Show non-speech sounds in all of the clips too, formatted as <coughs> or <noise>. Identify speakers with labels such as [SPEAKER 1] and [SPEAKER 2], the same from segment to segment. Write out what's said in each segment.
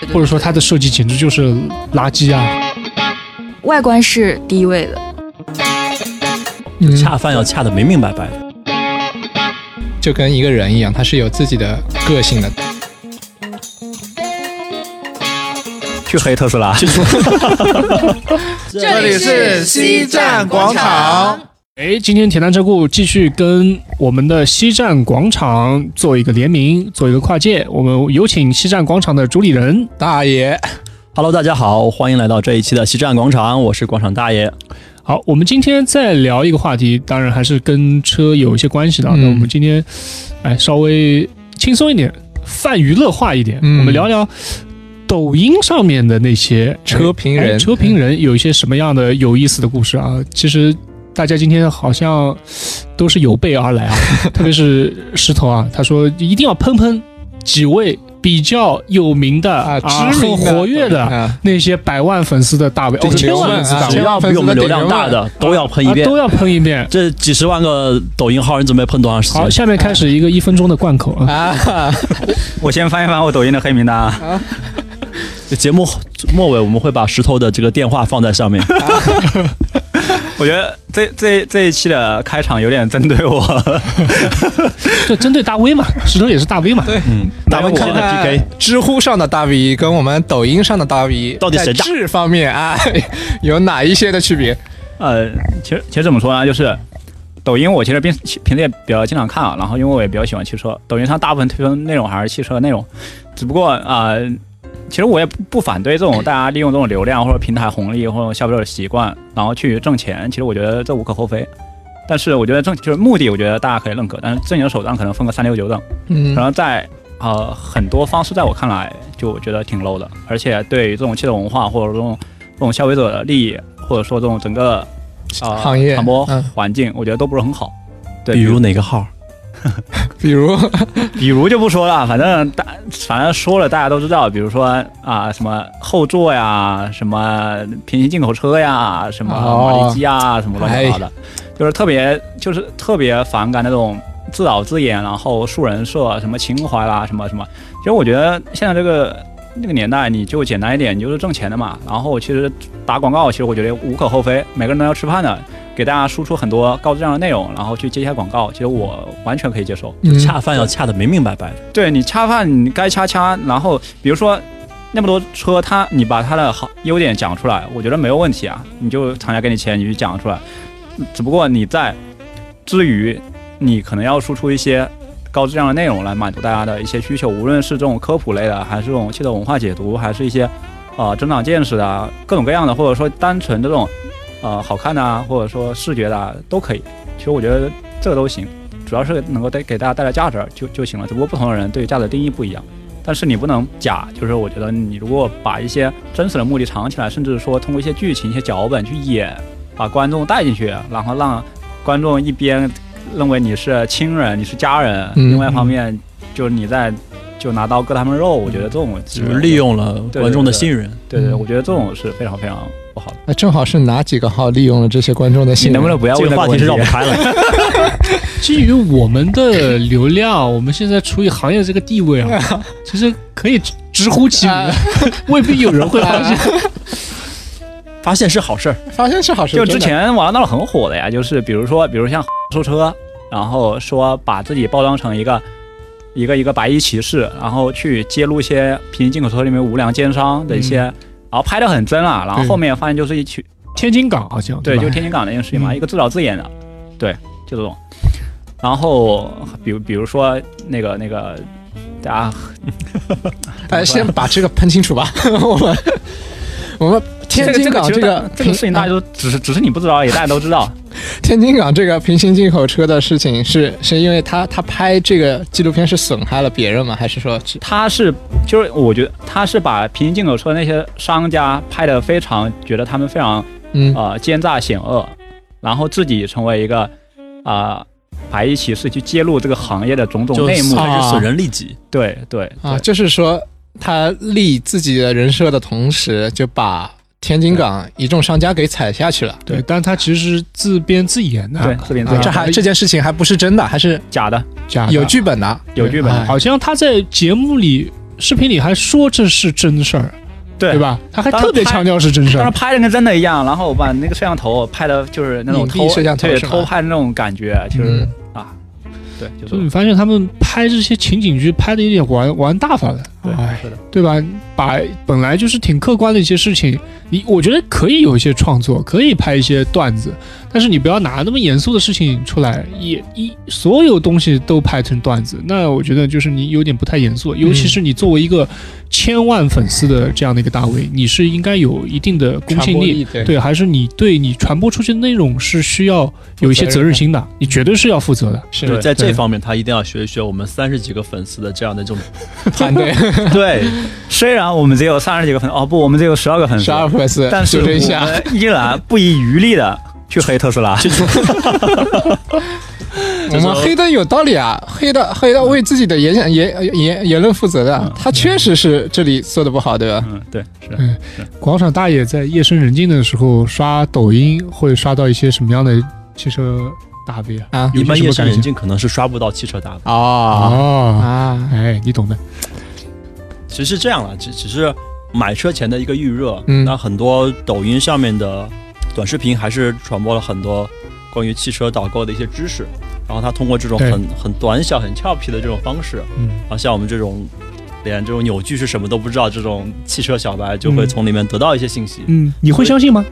[SPEAKER 1] 对
[SPEAKER 2] 或者说它的设计简直就是垃圾啊。
[SPEAKER 1] 外观是第一位的，
[SPEAKER 3] 就
[SPEAKER 2] 嗯
[SPEAKER 3] 恰饭要恰得明明白白的。
[SPEAKER 4] 就跟一个人一样，他是有自己的个性的。
[SPEAKER 3] 去黑特斯拉，
[SPEAKER 1] 这
[SPEAKER 5] 里是西站广场。
[SPEAKER 2] 哎，今天铁蛋车库继续跟我们的西站广场做一个联名，做一个跨界。我们有请西站广场的主理人，
[SPEAKER 4] 大爷，
[SPEAKER 3] Hello，大家好，欢迎来到这一期的西站广场，我是广场大爷。
[SPEAKER 2] 好，我们今天再聊一个话题，当然还是跟车有一些关系的啊。
[SPEAKER 4] 嗯
[SPEAKER 2] 那我们今天，哎，稍微轻松一点，泛娱乐化一点，
[SPEAKER 4] 嗯
[SPEAKER 2] 我们聊聊抖音上面的那些
[SPEAKER 4] 车评人
[SPEAKER 2] 哎车评人有一些什么样的有意思的故事啊？其实大家今天好像都是有备而来啊，特别是石头啊，他说一定要喷喷几位比较有名的啊
[SPEAKER 4] 啊，知
[SPEAKER 2] 很
[SPEAKER 4] 名的
[SPEAKER 2] 活跃的。
[SPEAKER 4] 啊，
[SPEAKER 2] 那些百万粉丝的大 V，
[SPEAKER 3] 这
[SPEAKER 2] 哦，千万
[SPEAKER 4] 流量
[SPEAKER 2] 粉丝大 V，
[SPEAKER 3] 只要比我们流量大的都要喷一遍
[SPEAKER 2] 啊、，都要喷一遍。
[SPEAKER 3] 这几十万个抖音号，你准备喷多长时
[SPEAKER 2] 好，
[SPEAKER 3] 间？
[SPEAKER 2] 下面开始一个一分钟的贯口啊，
[SPEAKER 6] <laughs>
[SPEAKER 4] 啊，
[SPEAKER 6] 我先翻一翻我抖音的黑名单啊，
[SPEAKER 3] <laughs> 节目末尾我们会把石头的这个电话放在上面。
[SPEAKER 6] <laughs> 我觉得这这这一期的开场有点针对我，
[SPEAKER 2] 这针对大 V 嘛，石头也是大 V 嘛，
[SPEAKER 3] 嗯，
[SPEAKER 4] 咱们
[SPEAKER 3] 我现
[SPEAKER 4] 看
[SPEAKER 3] 在
[SPEAKER 4] 看
[SPEAKER 3] PK，
[SPEAKER 4] 知乎上的大 V 跟我们抖音上的大 V
[SPEAKER 3] 到底谁
[SPEAKER 4] 在
[SPEAKER 3] 大
[SPEAKER 4] 质方面啊有哪一些的区别？
[SPEAKER 6] 呃，其实其实怎么说呢，就是抖音我其实平平时也比较经常看啊，然后因为我也比较喜欢汽车，抖音上大部分推送内容还是汽车内容，只不过啊、呃其实我也不不反对这种大家利用这种流量或者平台红利或者消费者的习惯，然后去挣钱，其实我觉得这无可厚非。但是我觉得正就是目的，我觉得大家可以认可，但是正经的手段可能分个三六九等。
[SPEAKER 4] 嗯
[SPEAKER 6] 然后在呃很多方式，在我看来就我觉得挺 low 的，而且对于这种汽车文化或者这种这种消费者的利益，或者说这种整个呃
[SPEAKER 4] 行业
[SPEAKER 6] 传播
[SPEAKER 4] 嗯
[SPEAKER 6] 环境，我觉得都不是很好。对，
[SPEAKER 3] 比如哪个号？
[SPEAKER 6] <laughs>
[SPEAKER 4] 比如
[SPEAKER 6] 比如就不说了，反正大反正说了大家都知道，比如说啊、什么后座呀，什么平行进口车呀，什么
[SPEAKER 4] 哦
[SPEAKER 6] 马力机啊，什么乱七八糟的，就是特别就是特别反感那种自导自演，然后树人设什么情怀啦，什么什么。其实我觉得现在这个那个年代，你就简单一点，你就是挣钱的嘛。然后其实打广告，其实我觉得无可厚非，每个人都要吃饭的，给大家输出很多高质量的内容，然后去接一下广告，其实我完全可以接受。
[SPEAKER 4] 嗯
[SPEAKER 3] 恰饭要恰得明明白白的。
[SPEAKER 6] 对你恰饭，你该恰恰，然后比如说那么多车，它你把它的好优点讲出来，我觉得没有问题啊。你就厂家给你钱，你去讲出来。只不过你在之余，你可能要输出一些高质量的内容来满足大家的一些需求，无论是这种科普类的，还是这种汽车文化解读，还是一些呃增长见识的啊各种各样的，或者说单纯这种呃好看的啊，或者说视觉的啊都可以。其实我觉得这个都行。主要是能够带给大家带来价值就就行了。只不过不同的人对价值的定义不一样，但是你不能假，就是我觉得你如果把一些真实的目的藏起来，甚至说通过一些剧情、一些脚本去演，把观众带进去，然后让观众一边认为你是亲人、你是家人，
[SPEAKER 4] 嗯
[SPEAKER 6] 另外一方面就是你在就拿刀割他们肉，我觉得这种
[SPEAKER 3] 只是嗯利，用了观众的信任。
[SPEAKER 6] 对对，我觉得这种是非常非常不好的。
[SPEAKER 4] 那正好是哪几个号利用了这些观众的
[SPEAKER 6] 你
[SPEAKER 4] 信任？
[SPEAKER 6] 能不能不要
[SPEAKER 3] 这
[SPEAKER 6] 问
[SPEAKER 3] 个话题是绕不开
[SPEAKER 6] <laughs>
[SPEAKER 3] 了，
[SPEAKER 2] 基于我们的流量，我们现在处于行业这个地位啊，其实可以直呼其名
[SPEAKER 4] 啊
[SPEAKER 2] 的， <laughs> 未必有人会发现。
[SPEAKER 3] 发现是好事儿。
[SPEAKER 4] 发现是好事？
[SPEAKER 6] 就之前网上闹得很火的呀，就是比如说，比如像 <laughs> 收车，然后说把自己包装成一个一个一个白衣骑士，然后去揭露一些平行进口车里面无良奸商的一些，
[SPEAKER 3] 嗯
[SPEAKER 6] 然后拍的很真啊，然后后面发现就是一群
[SPEAKER 2] 天津港好像
[SPEAKER 6] 对，
[SPEAKER 2] 吧
[SPEAKER 6] 就天津港那件事情嘛，
[SPEAKER 2] 嗯
[SPEAKER 6] 一个自导自演的，对，就这种。然后比如比如说那个那个，大家
[SPEAKER 4] 哎，先把这个喷清楚吧。 <laughs> 我们我们天津港
[SPEAKER 6] 这
[SPEAKER 4] 个
[SPEAKER 6] 个这个事情大家
[SPEAKER 4] 平
[SPEAKER 6] 都只是只是你不知道而已，大家都知道。
[SPEAKER 4] 啊天津港这个平行进口车的事情是是因为他他拍这个纪录片是损害了别人吗？还是说是
[SPEAKER 6] 他是就是我觉得他是把平行进口车那些商家拍的非常觉得他们非常
[SPEAKER 4] 嗯
[SPEAKER 6] 呃奸诈险恶，然后自己成为一个啊、白衣骑士去揭露这个行业的种种
[SPEAKER 4] 哦
[SPEAKER 3] 就
[SPEAKER 6] 内幕。
[SPEAKER 2] 啊
[SPEAKER 3] 算是损人利己。
[SPEAKER 6] 对对
[SPEAKER 4] 啊？
[SPEAKER 6] 对
[SPEAKER 4] 就是说他立自己的人设的同时，就把天津港一众商家给踩下去了。
[SPEAKER 2] 对，但他其实自编自演的，
[SPEAKER 6] 对，这边
[SPEAKER 4] 啊
[SPEAKER 2] <laughs>
[SPEAKER 6] 这
[SPEAKER 4] 这
[SPEAKER 6] 样
[SPEAKER 4] 还这件事情还不是真的，还是
[SPEAKER 6] 假的
[SPEAKER 2] 假的
[SPEAKER 4] 有剧本的。
[SPEAKER 6] 有剧本
[SPEAKER 4] 哎
[SPEAKER 6] 的。
[SPEAKER 2] 好像他在节目里视频里还说这是真事儿，
[SPEAKER 7] 对
[SPEAKER 2] 对？吧？他还
[SPEAKER 7] 当
[SPEAKER 2] 特别
[SPEAKER 7] 拍
[SPEAKER 2] 强调是真事
[SPEAKER 7] 当时
[SPEAKER 2] 儿，
[SPEAKER 7] 拍的跟真的一样，然后把那个摄像头拍的就是那种
[SPEAKER 4] 隐蔽
[SPEAKER 7] 偷
[SPEAKER 4] 摄像头
[SPEAKER 7] 对
[SPEAKER 4] 是吧嗯
[SPEAKER 7] 偷拍那种感觉，就是、啊，对，就
[SPEAKER 2] 就是你发现他们拍这些情景剧拍的有点玩玩大发了，
[SPEAKER 7] 对
[SPEAKER 2] 哎
[SPEAKER 7] 是的，
[SPEAKER 2] 对吧？把本来就是挺客观的一些事情，你我觉得可以有一些创作，可以拍一些段子，但是你不要拿那么严肃的事情出来，也一所有东西都拍成段子，那我觉得就是你有点不太严肃，尤其是你作为一个千万粉丝的这样的一个大 V，你是应该有一定的公
[SPEAKER 4] <laughs> 传
[SPEAKER 2] 信
[SPEAKER 4] 播
[SPEAKER 2] 力，
[SPEAKER 4] 力对
[SPEAKER 2] 对，还是你对你传播出去的内容是需要有一些责任心的，你绝对是要负责的。
[SPEAKER 4] 是
[SPEAKER 6] 对，在
[SPEAKER 2] 对
[SPEAKER 6] 这方面他一定要学一学我们三十几个粉丝的这样的这种
[SPEAKER 4] 团队
[SPEAKER 2] <laughs>
[SPEAKER 6] 对，
[SPEAKER 7] 虽然我们只有三十几个粉丝，哦不，我们只有十二个粉
[SPEAKER 4] <laughs>
[SPEAKER 7] 丝
[SPEAKER 4] 十，二粉丝，
[SPEAKER 7] 但是
[SPEAKER 4] 纠
[SPEAKER 7] 我
[SPEAKER 4] 正一下，
[SPEAKER 7] 们依然不遗余力的去黑特
[SPEAKER 2] <laughs>
[SPEAKER 7] 斯拉，
[SPEAKER 4] 我们黑的有道理啊，黑的黑的为自己的言想言言言论负责的，他确实是这里做的不好，对吧？
[SPEAKER 7] 嗯，对，是
[SPEAKER 2] 嗯广场大爷在夜深人静的时候刷抖音，会刷到一些什么样的汽车大 V 啊？
[SPEAKER 4] 啊
[SPEAKER 6] 一般夜深
[SPEAKER 2] 有什么感觉
[SPEAKER 6] 人静可能是刷不到汽车大 V。
[SPEAKER 4] 哦
[SPEAKER 2] 哦，
[SPEAKER 4] 啊，
[SPEAKER 2] 哎，你懂的。
[SPEAKER 6] 其实是这样了，只只是买车前的一个预热。
[SPEAKER 4] 嗯
[SPEAKER 6] 那很多抖音上面的短视频还是传播了很多关于汽车导购的一些知识，然后他通过这种
[SPEAKER 2] 对
[SPEAKER 6] 很很短小、很俏皮的这种方式，
[SPEAKER 2] 嗯
[SPEAKER 6] 然后像我们这种连这种扭矩是什么都不知道这种汽车小白，就会
[SPEAKER 2] 嗯
[SPEAKER 6] 从里面得到一些信息。
[SPEAKER 2] 嗯，你会相信吗？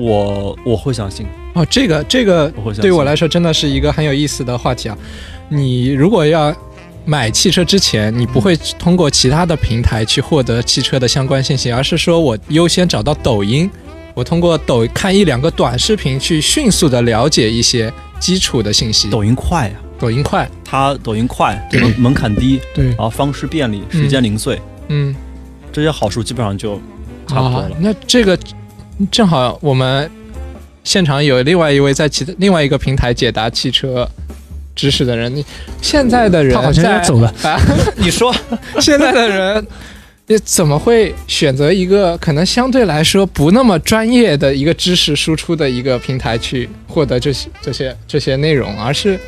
[SPEAKER 6] 我我会相信，
[SPEAKER 4] 哦，这个这个
[SPEAKER 6] 我会相信。
[SPEAKER 4] 对我来说真的是一个很有意思的话题啊。你如果要买汽车之前，你不会通过其他的平台去获得汽车的相关信息，而是说我优先找到抖音，我通过抖看一两个短视频去迅速的了解一些基础的信息。
[SPEAKER 6] 抖音快呀、
[SPEAKER 4] 抖音快，
[SPEAKER 6] 它抖音快，门门槛低，
[SPEAKER 2] 对
[SPEAKER 6] 然，后方式便利，
[SPEAKER 4] 嗯
[SPEAKER 6] 时间零碎，
[SPEAKER 4] 嗯，
[SPEAKER 6] 这些好处基本上就差不多
[SPEAKER 4] 啊 <laughs>
[SPEAKER 6] 了。
[SPEAKER 4] 那这个正好我们现场有另外一位在其他另外一个平台解答汽车知识的人，你现在的人
[SPEAKER 2] 他好像
[SPEAKER 4] 在
[SPEAKER 2] 要走了。
[SPEAKER 4] 啊，
[SPEAKER 7] 你说
[SPEAKER 4] 现在的人。你怎么会选择一个可能相对来说不那么专业的一个知识输出的一个平台去获得这些这些这些内容，而是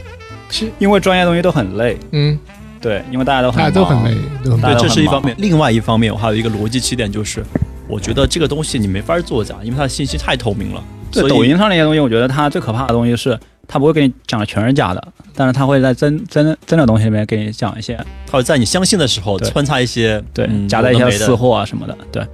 [SPEAKER 7] 因为专业东西都很累，
[SPEAKER 4] 嗯
[SPEAKER 7] 对，因为大家都很
[SPEAKER 2] 大家都很
[SPEAKER 7] 忙
[SPEAKER 2] 累，都很
[SPEAKER 7] 大
[SPEAKER 2] 累
[SPEAKER 7] 家
[SPEAKER 6] 对，这
[SPEAKER 7] 都很
[SPEAKER 6] 是一方
[SPEAKER 7] 忙
[SPEAKER 6] 面。另外一方面，我还有一个逻辑起点就是，我觉得这个东西你没法作假，因为它的信息太透明了。
[SPEAKER 7] 对
[SPEAKER 6] 所以
[SPEAKER 7] 抖音上那些东西，我觉得它最可怕的东西是，它不会给你讲的全是假的，但是它会在真真真的东西里面给你讲一些
[SPEAKER 6] 它会在你相信的时候
[SPEAKER 7] 对
[SPEAKER 6] 穿插一些
[SPEAKER 7] 对，
[SPEAKER 6] 嗯
[SPEAKER 7] 夹带一
[SPEAKER 6] 有
[SPEAKER 7] 些
[SPEAKER 6] 的没的
[SPEAKER 7] 私货啊什么的，对。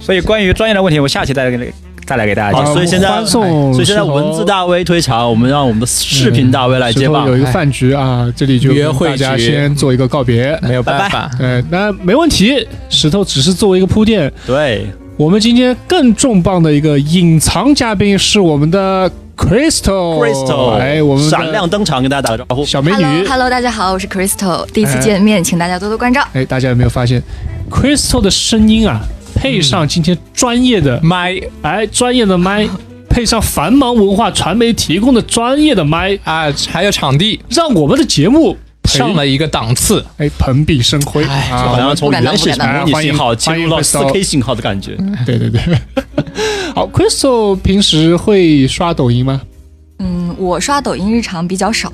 [SPEAKER 7] 所以关于专业的问题，我下期再来给再来给大家
[SPEAKER 6] 好
[SPEAKER 7] 讲。
[SPEAKER 2] 啊
[SPEAKER 6] 所以现在哎
[SPEAKER 2] 欢送
[SPEAKER 6] 所以现在
[SPEAKER 2] 石头
[SPEAKER 6] 文字大 V 推长，我们让我们的视频大 V 来
[SPEAKER 2] 石
[SPEAKER 6] 接
[SPEAKER 2] 头嗯
[SPEAKER 6] 棒。哎
[SPEAKER 2] 有一个饭局啊，这里就
[SPEAKER 4] 约会
[SPEAKER 2] 跟大家
[SPEAKER 4] 局
[SPEAKER 2] 先做一个告别。
[SPEAKER 4] 没有办
[SPEAKER 6] 拜
[SPEAKER 4] 法，
[SPEAKER 2] 呃，那没问题，石头只是作为一个铺垫。
[SPEAKER 6] 对，
[SPEAKER 2] 我们今天更重磅的一个隐藏嘉宾是我们的 Crystal。
[SPEAKER 6] Crystal，
[SPEAKER 2] 哎，我们的
[SPEAKER 6] 闪亮登场，跟大家打个招呼。
[SPEAKER 2] 小美
[SPEAKER 1] h e
[SPEAKER 2] 女
[SPEAKER 1] l l o h e l l o 大家好，我是 Crystal，第一次
[SPEAKER 2] 哎
[SPEAKER 1] 见面，请大家多多关照。
[SPEAKER 2] 哎，大家有没有发现，Crystal 的声音啊，配上
[SPEAKER 4] 嗯
[SPEAKER 2] 今天专业的、
[SPEAKER 4] 麦
[SPEAKER 2] 哎专业的麦，
[SPEAKER 4] <laughs>
[SPEAKER 2] 配上繁忙文化传媒提供的专业的麦，
[SPEAKER 4] 啊，还有场地
[SPEAKER 2] 让我们的节目陪
[SPEAKER 4] 上了一个档次，
[SPEAKER 2] 哎捧比生辉
[SPEAKER 4] 哎
[SPEAKER 6] 好
[SPEAKER 2] 啊！
[SPEAKER 6] 像从原始
[SPEAKER 1] 不敢嗯
[SPEAKER 2] 当
[SPEAKER 6] 模
[SPEAKER 2] 不敢当
[SPEAKER 6] 拟信号进入
[SPEAKER 2] 哎欢迎
[SPEAKER 6] 到四
[SPEAKER 2] Crystal
[SPEAKER 6] K 信号的感觉。
[SPEAKER 2] <laughs> 对对对， <laughs> 好，Crystal 平时会刷抖音吗？
[SPEAKER 1] 嗯，我刷抖音日常比较少，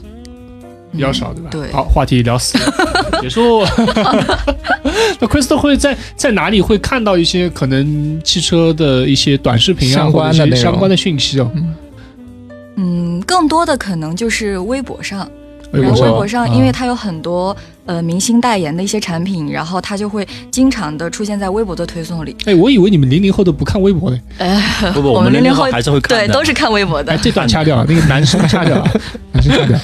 [SPEAKER 2] 比较少对吧？
[SPEAKER 1] 对
[SPEAKER 2] 好，话题聊
[SPEAKER 4] <laughs>
[SPEAKER 2] 死了，结束。 <laughs> 那 Crystal 会在在哪里会看到一些可能汽车的一些短视频啊，
[SPEAKER 4] 相关的
[SPEAKER 2] 或者一
[SPEAKER 4] 内
[SPEAKER 2] 些
[SPEAKER 4] 容
[SPEAKER 2] 相关的讯息哦？
[SPEAKER 1] 嗯，更多的可能就是微博上，
[SPEAKER 2] 微
[SPEAKER 1] 然后微博
[SPEAKER 2] 博
[SPEAKER 1] 上，
[SPEAKER 2] 啊
[SPEAKER 1] 因为它有很多呃明星代言的一些产品，然后它就会经常的出现在微博的推送里。
[SPEAKER 2] 哎，我以为你们零零后都不看微博
[SPEAKER 4] 嗯
[SPEAKER 2] 呢。
[SPEAKER 6] 不不，
[SPEAKER 1] 我们
[SPEAKER 6] 们
[SPEAKER 1] 零零
[SPEAKER 6] 后
[SPEAKER 1] 后
[SPEAKER 6] 还是会看的。
[SPEAKER 1] 对，都是看微博的
[SPEAKER 2] 哎，。这段掐掉了，那个男生掐
[SPEAKER 4] <laughs>
[SPEAKER 2] 掉了，男生掐掉。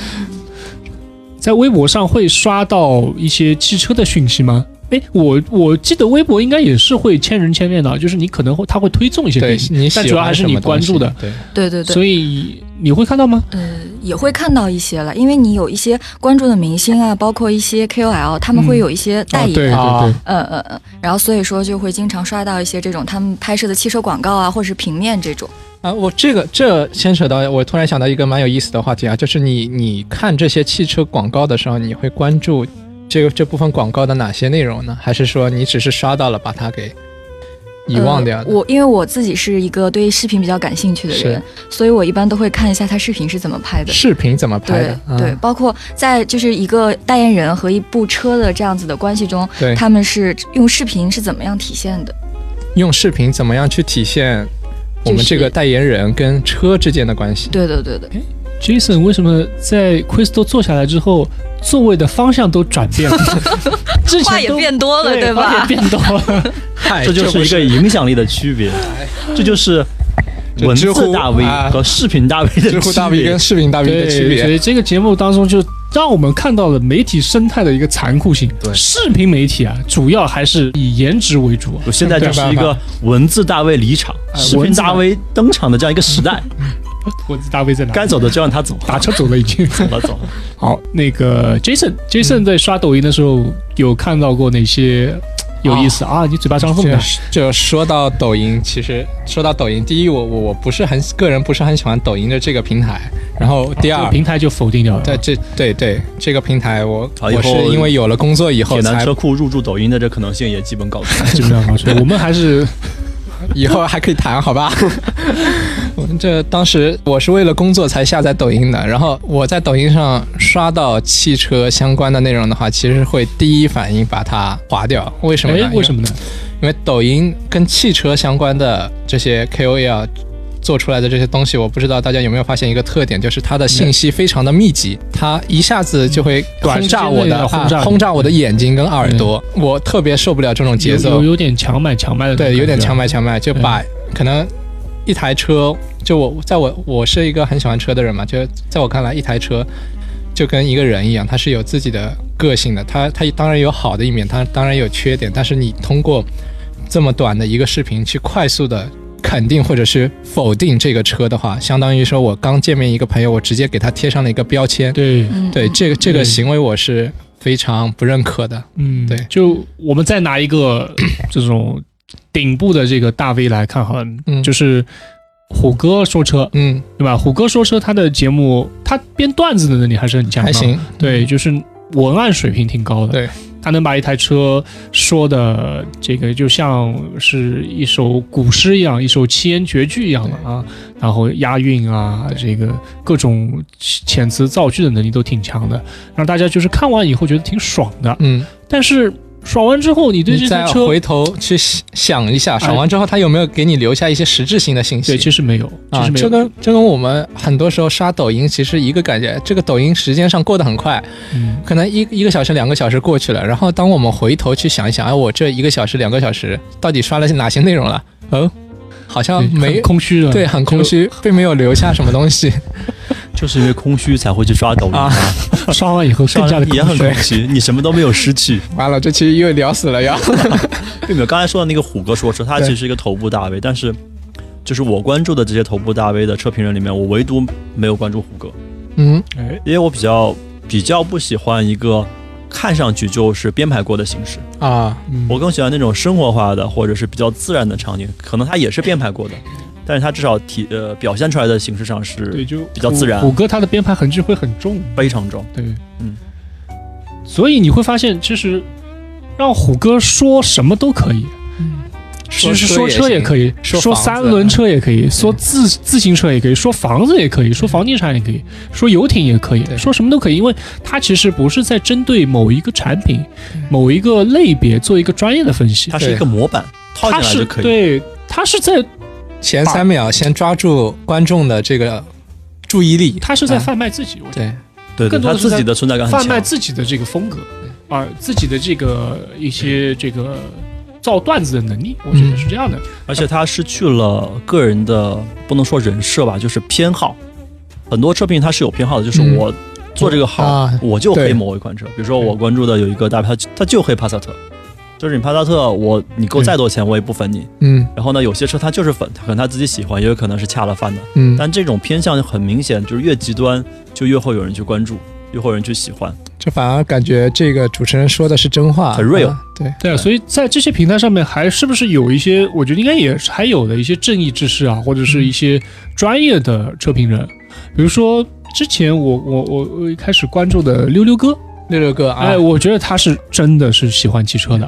[SPEAKER 2] 在微博上会刷到一些汽车的讯息吗？哎，我我记得微博应该也是会千人千面的，就是你可能会他会推送一些
[SPEAKER 4] 对
[SPEAKER 2] 东西，
[SPEAKER 4] 你
[SPEAKER 2] 但
[SPEAKER 4] 喜
[SPEAKER 2] 主要
[SPEAKER 4] 欢
[SPEAKER 2] 还是
[SPEAKER 4] 什
[SPEAKER 2] 你
[SPEAKER 4] 么东
[SPEAKER 2] 关注
[SPEAKER 4] 西
[SPEAKER 2] 的，
[SPEAKER 4] 对，
[SPEAKER 1] 对对对，
[SPEAKER 2] 所以你会看到吗？
[SPEAKER 1] 呃，也会看到一些了，因为你有一些关注的明星啊，包括一些 KOL，他们
[SPEAKER 2] 嗯
[SPEAKER 1] 会有一些代
[SPEAKER 2] 啊，
[SPEAKER 1] 言。
[SPEAKER 2] 对对对
[SPEAKER 4] 啊，
[SPEAKER 1] 嗯嗯嗯，然后所以说就会经常刷到一些这种他们拍摄的汽车广告啊，或者是平面这种。
[SPEAKER 4] 啊，我这个这牵扯到，我突然想到一个蛮有意思的话题啊，就是你你看这些汽车广告的时候，你会关注这个这部分广告的哪些内容呢？还是说你只是刷到了把它给遗忘掉的？
[SPEAKER 1] 呃我因为我自己是一个对视频比较感兴趣的人，所以我一般都会看一下他视频是怎么拍的。
[SPEAKER 4] 视频怎么拍
[SPEAKER 1] 对
[SPEAKER 4] 的？嗯
[SPEAKER 1] 对，包括在就是一个代言人和一部车的这样子的关系中，
[SPEAKER 4] 对，
[SPEAKER 1] 他们是用视频是怎么样体现的？
[SPEAKER 4] 用视频怎么样去体现我们这个代言人跟车之间的关系？
[SPEAKER 1] 对的，对的，
[SPEAKER 2] Jason 为什么在 Crystal 坐下来之后，座位的方向都转
[SPEAKER 1] <laughs>
[SPEAKER 2] 变了？之
[SPEAKER 1] 话
[SPEAKER 2] 前
[SPEAKER 1] 也
[SPEAKER 2] 都
[SPEAKER 1] 变多了，
[SPEAKER 2] 对话也
[SPEAKER 1] 吧？哎
[SPEAKER 2] 变多了。
[SPEAKER 4] 嗨
[SPEAKER 6] 这就是一个影响力的区别，这就是文字
[SPEAKER 4] 知乎
[SPEAKER 6] 大 V
[SPEAKER 4] 啊
[SPEAKER 6] 和视频大 V 的
[SPEAKER 4] 知乎大 V
[SPEAKER 6] 区别
[SPEAKER 4] 跟视频大 V 的区
[SPEAKER 2] 所
[SPEAKER 4] 别。
[SPEAKER 2] 以这个节目当中就让我们看到了媒体生态的一个残酷性。
[SPEAKER 4] 对
[SPEAKER 2] 视频媒体啊，主要还是以颜值为主啊。
[SPEAKER 6] 我现在就是一个文字大 V 离场、
[SPEAKER 2] 哎
[SPEAKER 6] 视频大 V 登场的这样一个时代，
[SPEAKER 2] 我大卫在哪？
[SPEAKER 6] 该走的就让他走，
[SPEAKER 2] 打车走了已经。 <laughs>
[SPEAKER 6] 怎么走？
[SPEAKER 2] 好，那个 Jason，Jason 在刷抖音的时候有看到过哪些有意思啊？你嘴巴张缝
[SPEAKER 4] 就
[SPEAKER 2] 的，
[SPEAKER 4] 就说到抖音，其实说到抖音，第一，我我我不是很个人不是很喜欢抖音的这个平台，然后第
[SPEAKER 2] 这
[SPEAKER 4] 二
[SPEAKER 2] 个，平台就否定掉了。
[SPEAKER 4] 对这对对这个平台我，
[SPEAKER 6] 好
[SPEAKER 4] 我
[SPEAKER 6] 以
[SPEAKER 4] 是
[SPEAKER 6] 后
[SPEAKER 4] 因为有了工作以后
[SPEAKER 6] 铁男
[SPEAKER 4] 才
[SPEAKER 6] 车库入驻抖音的这可能性也基本搞
[SPEAKER 2] <laughs>
[SPEAKER 6] 定。
[SPEAKER 2] 基本上搞
[SPEAKER 4] <laughs>
[SPEAKER 2] 出来，我们还是
[SPEAKER 4] 以后还可以谈，好吧？ <laughs> 我这当时我是为了工作才下载抖音的，然后我在抖音上刷到汽车相关的内容的话，其实会第一反应把它划掉。为什么呢
[SPEAKER 2] 哎？，为什么呢？
[SPEAKER 4] 因为？因为抖音跟汽车相关的这些 KOL 做出来的这些东西，我不知道大家有没有发现一个特点，就是它的信息非常的密集，它一下子就会
[SPEAKER 2] 嗯短
[SPEAKER 4] 轰
[SPEAKER 2] 时间
[SPEAKER 4] 炸
[SPEAKER 2] 内
[SPEAKER 4] 我的
[SPEAKER 2] 要轰炸
[SPEAKER 4] 啊
[SPEAKER 2] 你嗯
[SPEAKER 4] 轰炸我的眼睛跟耳朵，我特别受不了这种节奏
[SPEAKER 2] 有。有点强买强卖的那种感
[SPEAKER 4] 对，
[SPEAKER 2] 觉，
[SPEAKER 4] 有点强买强卖，就把可能一台车，就我在我我是一个很喜欢车的人嘛，就在我看来，一台车就跟一个人一样，他是有自己的个性的，他他当然有好的一面，他当然有缺点，但是你通过这么短的一个视频去快速的。肯定或者是否定这个车的话，相当于说我刚见面一个朋友，我直接给他贴上了一个标签。
[SPEAKER 2] 对，
[SPEAKER 1] 嗯，
[SPEAKER 4] 对，这个这个
[SPEAKER 2] 嗯
[SPEAKER 4] 行为我是非常不认可的。
[SPEAKER 2] 嗯，
[SPEAKER 4] 对
[SPEAKER 2] 就我们再拿一个 <coughs> 这种顶部的这个大 V 来看好了，
[SPEAKER 4] 嗯
[SPEAKER 2] 就是虎哥说车，
[SPEAKER 4] 嗯，
[SPEAKER 2] 对吧？虎哥说车，他的节目他编段子的能力还是很强的，啊
[SPEAKER 4] 还，行。嗯
[SPEAKER 2] 对，就是文案水平挺高的，
[SPEAKER 4] 对，
[SPEAKER 2] 他能把一台车说的这个就像是一首古诗一样，一首七言绝句一样的啊，然后押韵啊，这个各种遣词造句的能力都挺强的，让大家就是看完以后觉得挺爽的，
[SPEAKER 4] 嗯，
[SPEAKER 2] 但是爽完之后，你对
[SPEAKER 4] 你
[SPEAKER 2] 这
[SPEAKER 4] 再
[SPEAKER 2] 台车
[SPEAKER 4] 回头去想一下，爽完之后他有没有给你留下一些实质性的信息？
[SPEAKER 2] 哎对其实没有，其
[SPEAKER 4] 啊
[SPEAKER 2] 实，没有。
[SPEAKER 4] 这跟这跟我们很多时候刷抖音其实一个感觉，这个抖音时间上过得很快，
[SPEAKER 2] 嗯，
[SPEAKER 4] 可能一一个小时、两个小时过去了，然后当我们回头去想一想，哎，我这一个小时、两个小时到底刷了些哪些内容了？哦，好像
[SPEAKER 2] 对
[SPEAKER 4] 没
[SPEAKER 2] 很。空啊虚的，
[SPEAKER 4] 对，很空虚，并没有留下什么东西。
[SPEAKER 2] 啊
[SPEAKER 6] 就是因为空虚才会去刷
[SPEAKER 2] <laughs>
[SPEAKER 6] 抖音
[SPEAKER 4] 啊，
[SPEAKER 2] 就，刷完以后更加的空
[SPEAKER 6] 也很
[SPEAKER 2] 虚。
[SPEAKER 6] 空虚，你什么都没有失去。
[SPEAKER 4] 完了，这期又聊死了要。
[SPEAKER 6] 并没有，刚才说的那个虎哥说车，他
[SPEAKER 4] 对
[SPEAKER 6] 其实是一个头部大 V，但是就是我关注的这些头部大 V 的车评人里面，我唯独没有关注虎哥，
[SPEAKER 4] 嗯，
[SPEAKER 2] 哎，
[SPEAKER 6] 因为我比较比较不喜欢一个看上去就是编排过的形式，
[SPEAKER 4] 啊，
[SPEAKER 2] 嗯
[SPEAKER 6] 我更喜欢那种生活化的或者是比较自然的场景，可能他也是编排过的，但是他至少体呃表现出来的形式上
[SPEAKER 2] 对
[SPEAKER 6] 是
[SPEAKER 2] 就
[SPEAKER 6] 比较自然
[SPEAKER 2] 虎哥他的编排痕迹会很重，
[SPEAKER 6] 非常重。
[SPEAKER 2] 对，
[SPEAKER 6] 嗯。
[SPEAKER 2] 所以你会发现，其实让虎哥说什么都可以，其实说车也可
[SPEAKER 4] 以。
[SPEAKER 2] 以，
[SPEAKER 4] 说
[SPEAKER 2] 说
[SPEAKER 4] 房子
[SPEAKER 2] 三
[SPEAKER 6] 啊
[SPEAKER 2] 轮车也可以，
[SPEAKER 6] 嗯
[SPEAKER 2] 说自自行车也可以，说房子也可以，说房地产也
[SPEAKER 6] 嗯
[SPEAKER 2] 可以，说游艇也可以，
[SPEAKER 4] 对
[SPEAKER 2] 说什么都可以，因为它其实不是在针对某一个产品、
[SPEAKER 6] 嗯
[SPEAKER 2] 某一个类别做一个专业的分析
[SPEAKER 6] 它，是一个模板，套
[SPEAKER 2] 它
[SPEAKER 6] 进来
[SPEAKER 2] 是
[SPEAKER 6] 就可以。
[SPEAKER 2] 对，它是在
[SPEAKER 4] 前三秒先抓住观众的这个注意力。
[SPEAKER 2] 它是在
[SPEAKER 6] 嗯
[SPEAKER 4] 啊
[SPEAKER 2] 贩卖自己，我觉
[SPEAKER 4] 对，
[SPEAKER 6] 对对，
[SPEAKER 2] 更多
[SPEAKER 6] 他
[SPEAKER 2] 的是
[SPEAKER 6] 自己的存在
[SPEAKER 2] 得
[SPEAKER 6] 感很
[SPEAKER 2] 贩卖
[SPEAKER 6] 强。
[SPEAKER 2] 自己的这个风格啊，自己的这个一些这个造段子的能力，我觉得是这样的。
[SPEAKER 6] 而且他失去了个人的，不能说人设吧，就是偏好。很多车评他是有偏好的，就是
[SPEAKER 4] 嗯
[SPEAKER 6] 我做这个好，
[SPEAKER 4] 啊
[SPEAKER 6] 我就黑
[SPEAKER 4] 对
[SPEAKER 6] 某一款车。比如说我关注的有一个大牌，他他就黑帕萨特，就是你帕萨特，我你给我
[SPEAKER 2] 对
[SPEAKER 6] 再多钱我也不粉你。
[SPEAKER 4] 嗯
[SPEAKER 6] 然后呢，有些车他就是粉，他可能他自己喜欢，也有可能是恰了饭的。
[SPEAKER 4] 嗯，
[SPEAKER 6] 但这种偏向很明显，就是越极端就越会有人去关注，越会有人去喜欢。
[SPEAKER 2] 嗯
[SPEAKER 4] 这反而感觉这个主持人说的是真话，
[SPEAKER 6] 很 real
[SPEAKER 4] 啊对，
[SPEAKER 2] 对啊，所以在这些平台上面，还是不是有一些，我觉得应该也是还有的一些正义之士啊，或者是一些专业的车评人，比如说之前我我我我一开始关注的溜溜哥，
[SPEAKER 4] 六六哥啊，
[SPEAKER 2] 哎哎，我觉得他是真的是喜欢汽车的，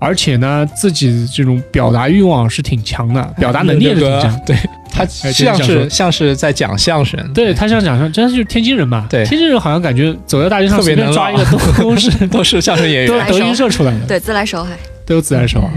[SPEAKER 2] 而且呢，自己这种表达欲望是挺强的，表达能力也是挺强。
[SPEAKER 4] 对他
[SPEAKER 2] 哎
[SPEAKER 4] 像
[SPEAKER 2] 这个
[SPEAKER 4] 是像是在讲相声，
[SPEAKER 2] 对他像讲说，真的就是天津人嘛，
[SPEAKER 4] 对
[SPEAKER 2] 天津人好像感觉走在大街上
[SPEAKER 4] 特
[SPEAKER 2] 随
[SPEAKER 4] 别
[SPEAKER 2] 便
[SPEAKER 4] 能
[SPEAKER 2] 抓一
[SPEAKER 4] <laughs> 唠
[SPEAKER 2] 个都都是
[SPEAKER 4] 都是相声演
[SPEAKER 2] 都
[SPEAKER 4] 员。
[SPEAKER 1] 来
[SPEAKER 2] 都
[SPEAKER 1] 手
[SPEAKER 2] 映射出来的，
[SPEAKER 1] 对，自来熟还
[SPEAKER 2] 都自来熟啊。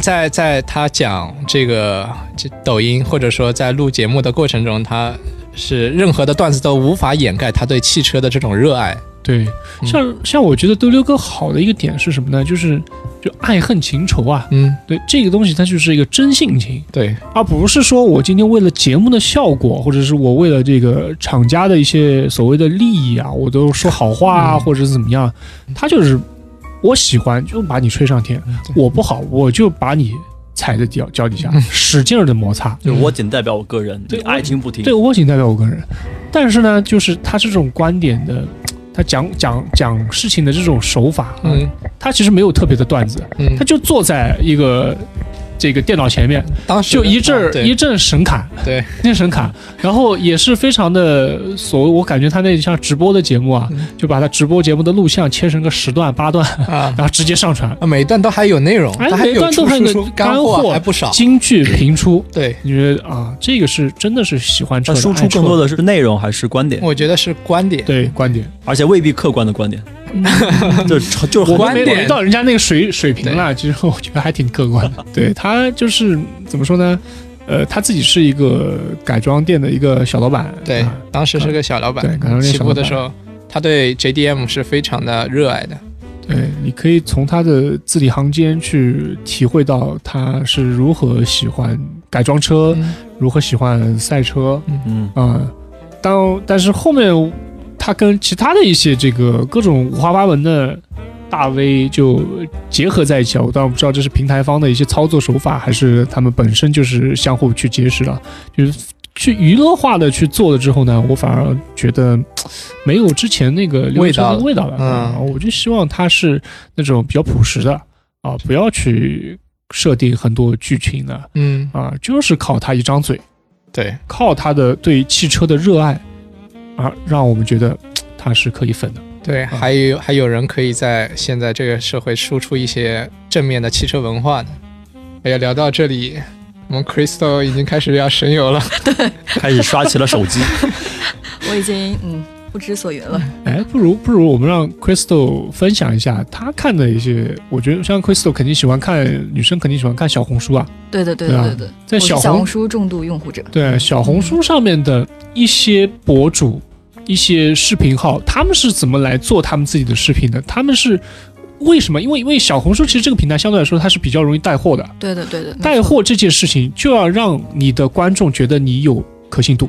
[SPEAKER 4] 在在他讲这个这抖音或者说在录节目的过程中，他是任何的段子都无法掩盖他对汽车的这种热爱。
[SPEAKER 2] 对，
[SPEAKER 4] 嗯
[SPEAKER 2] 像像我觉得丢丢哥好的一个点是什么呢？就是就爱恨情仇啊，
[SPEAKER 4] 嗯，
[SPEAKER 2] 对这个东西它就是一个真性情，
[SPEAKER 4] 对，
[SPEAKER 2] 而不是说我今天为了节目的效果，或者是我为了这个厂家的一些所谓的利益啊，我都说好话啊，
[SPEAKER 4] 嗯
[SPEAKER 2] 或者是怎么样，他就是我喜欢就把你吹上天，
[SPEAKER 4] 嗯
[SPEAKER 2] 我不好我就把你踩在脚脚底下，
[SPEAKER 4] 嗯
[SPEAKER 2] 使劲的摩擦，
[SPEAKER 6] 就是我仅代表我个人，
[SPEAKER 2] 对
[SPEAKER 6] 你爱听不听。
[SPEAKER 2] 对我仅代表我个人。但是呢，就是他这种观点的，他讲讲讲事情的这种手法，嗯，
[SPEAKER 4] 嗯
[SPEAKER 2] 他其实没有特别的段子，
[SPEAKER 4] 嗯
[SPEAKER 2] 他，就坐在一个这个电脑前面，
[SPEAKER 4] 当时哦
[SPEAKER 2] 就一阵儿
[SPEAKER 4] 啊对
[SPEAKER 2] 一阵神侃，
[SPEAKER 4] 对，
[SPEAKER 2] 一阵神侃，然后也是非常的所谓，我感觉他那像直播的节目啊
[SPEAKER 4] 嗯，
[SPEAKER 2] 就把他直播节目的录像切成个十段八段，
[SPEAKER 4] 啊，
[SPEAKER 2] 然后直接上传，
[SPEAKER 4] 啊每一段都还有内容，
[SPEAKER 2] 哎
[SPEAKER 4] 它还
[SPEAKER 2] 每
[SPEAKER 4] 有
[SPEAKER 2] 段都
[SPEAKER 4] 出
[SPEAKER 2] 还有
[SPEAKER 4] 输出
[SPEAKER 2] 个
[SPEAKER 4] 干
[SPEAKER 2] 干
[SPEAKER 4] 货
[SPEAKER 2] 货
[SPEAKER 4] 还不少。
[SPEAKER 2] 京剧频出，
[SPEAKER 4] 对，
[SPEAKER 2] 你觉得啊，这个是真的是喜欢车
[SPEAKER 6] 它
[SPEAKER 2] 的，
[SPEAKER 6] 输出
[SPEAKER 2] 爱车
[SPEAKER 6] 更多的是内容还是观点，
[SPEAKER 4] 我觉得是观点。
[SPEAKER 2] 对观点，
[SPEAKER 6] 而且未必客观的观点，就是就是
[SPEAKER 2] 我
[SPEAKER 6] 很
[SPEAKER 2] 们
[SPEAKER 4] 观
[SPEAKER 2] 没
[SPEAKER 4] 点
[SPEAKER 2] 没到人家那个水水平了，其实我觉得还挺客观的。对他就是怎么说呢？呃，他自己是一个改装店的一个小老板，
[SPEAKER 4] 对
[SPEAKER 2] 啊，
[SPEAKER 4] 当时是个小老板
[SPEAKER 2] 对可能，是个
[SPEAKER 4] 起
[SPEAKER 2] 小
[SPEAKER 4] 步
[SPEAKER 2] 老
[SPEAKER 4] 的
[SPEAKER 2] 板
[SPEAKER 4] 时候，他对 JDM 是非常的热爱的。
[SPEAKER 2] 对，你可以从他的字里行间去体会到他是如何喜欢改装车，
[SPEAKER 4] 嗯
[SPEAKER 2] 如何喜欢赛车
[SPEAKER 6] 嗯，
[SPEAKER 2] 啊、当但是后面他跟其他的一些这个各种五花八门的大 V 就结合在一起啊，我当然不知道这是平台方的一些操作手法，还是他们本身就是相互去结识的，就是去娱乐化的去做了之后呢，我反而觉得没有之前那个流行的味道了。
[SPEAKER 4] 味道了
[SPEAKER 2] 啊我就希望它是那种比较朴实的啊，不要去设定很多剧情的
[SPEAKER 4] 嗯，
[SPEAKER 2] 啊，就是靠他一张嘴。
[SPEAKER 4] 对，
[SPEAKER 2] 靠他的对汽车的热爱，而让我们觉得他是可以粉的。
[SPEAKER 4] 对，还有还有人可以在现在这个社会输出一些正面的汽车文化的。哎呀，聊到这里，我们 Crystal 已经开始要神游了。
[SPEAKER 6] 开始刷起了手机，
[SPEAKER 1] 我已经嗯不知所云了。
[SPEAKER 2] 哎，不如不如我们让 Crystal 分享一下他看的一些，我觉得像 Crystal 肯定喜欢看女生，肯定喜欢看小红书啊，
[SPEAKER 1] 对的，对
[SPEAKER 2] 对
[SPEAKER 1] 的，
[SPEAKER 2] 啊
[SPEAKER 1] 对的。
[SPEAKER 2] 在
[SPEAKER 1] 我是
[SPEAKER 2] 小
[SPEAKER 1] 小
[SPEAKER 2] 红
[SPEAKER 1] 红书重度用户者，
[SPEAKER 2] 对小红书上面的一些博主、一些视频号，他们是怎么来做他们自己的视频的？他们是为什么？因为因为小红书其实这个平台相对来说它是比较容易带货的，
[SPEAKER 1] 对的，对的。没
[SPEAKER 2] 带
[SPEAKER 1] 错
[SPEAKER 2] 货这件事情就要让你的观众觉得你有可信度，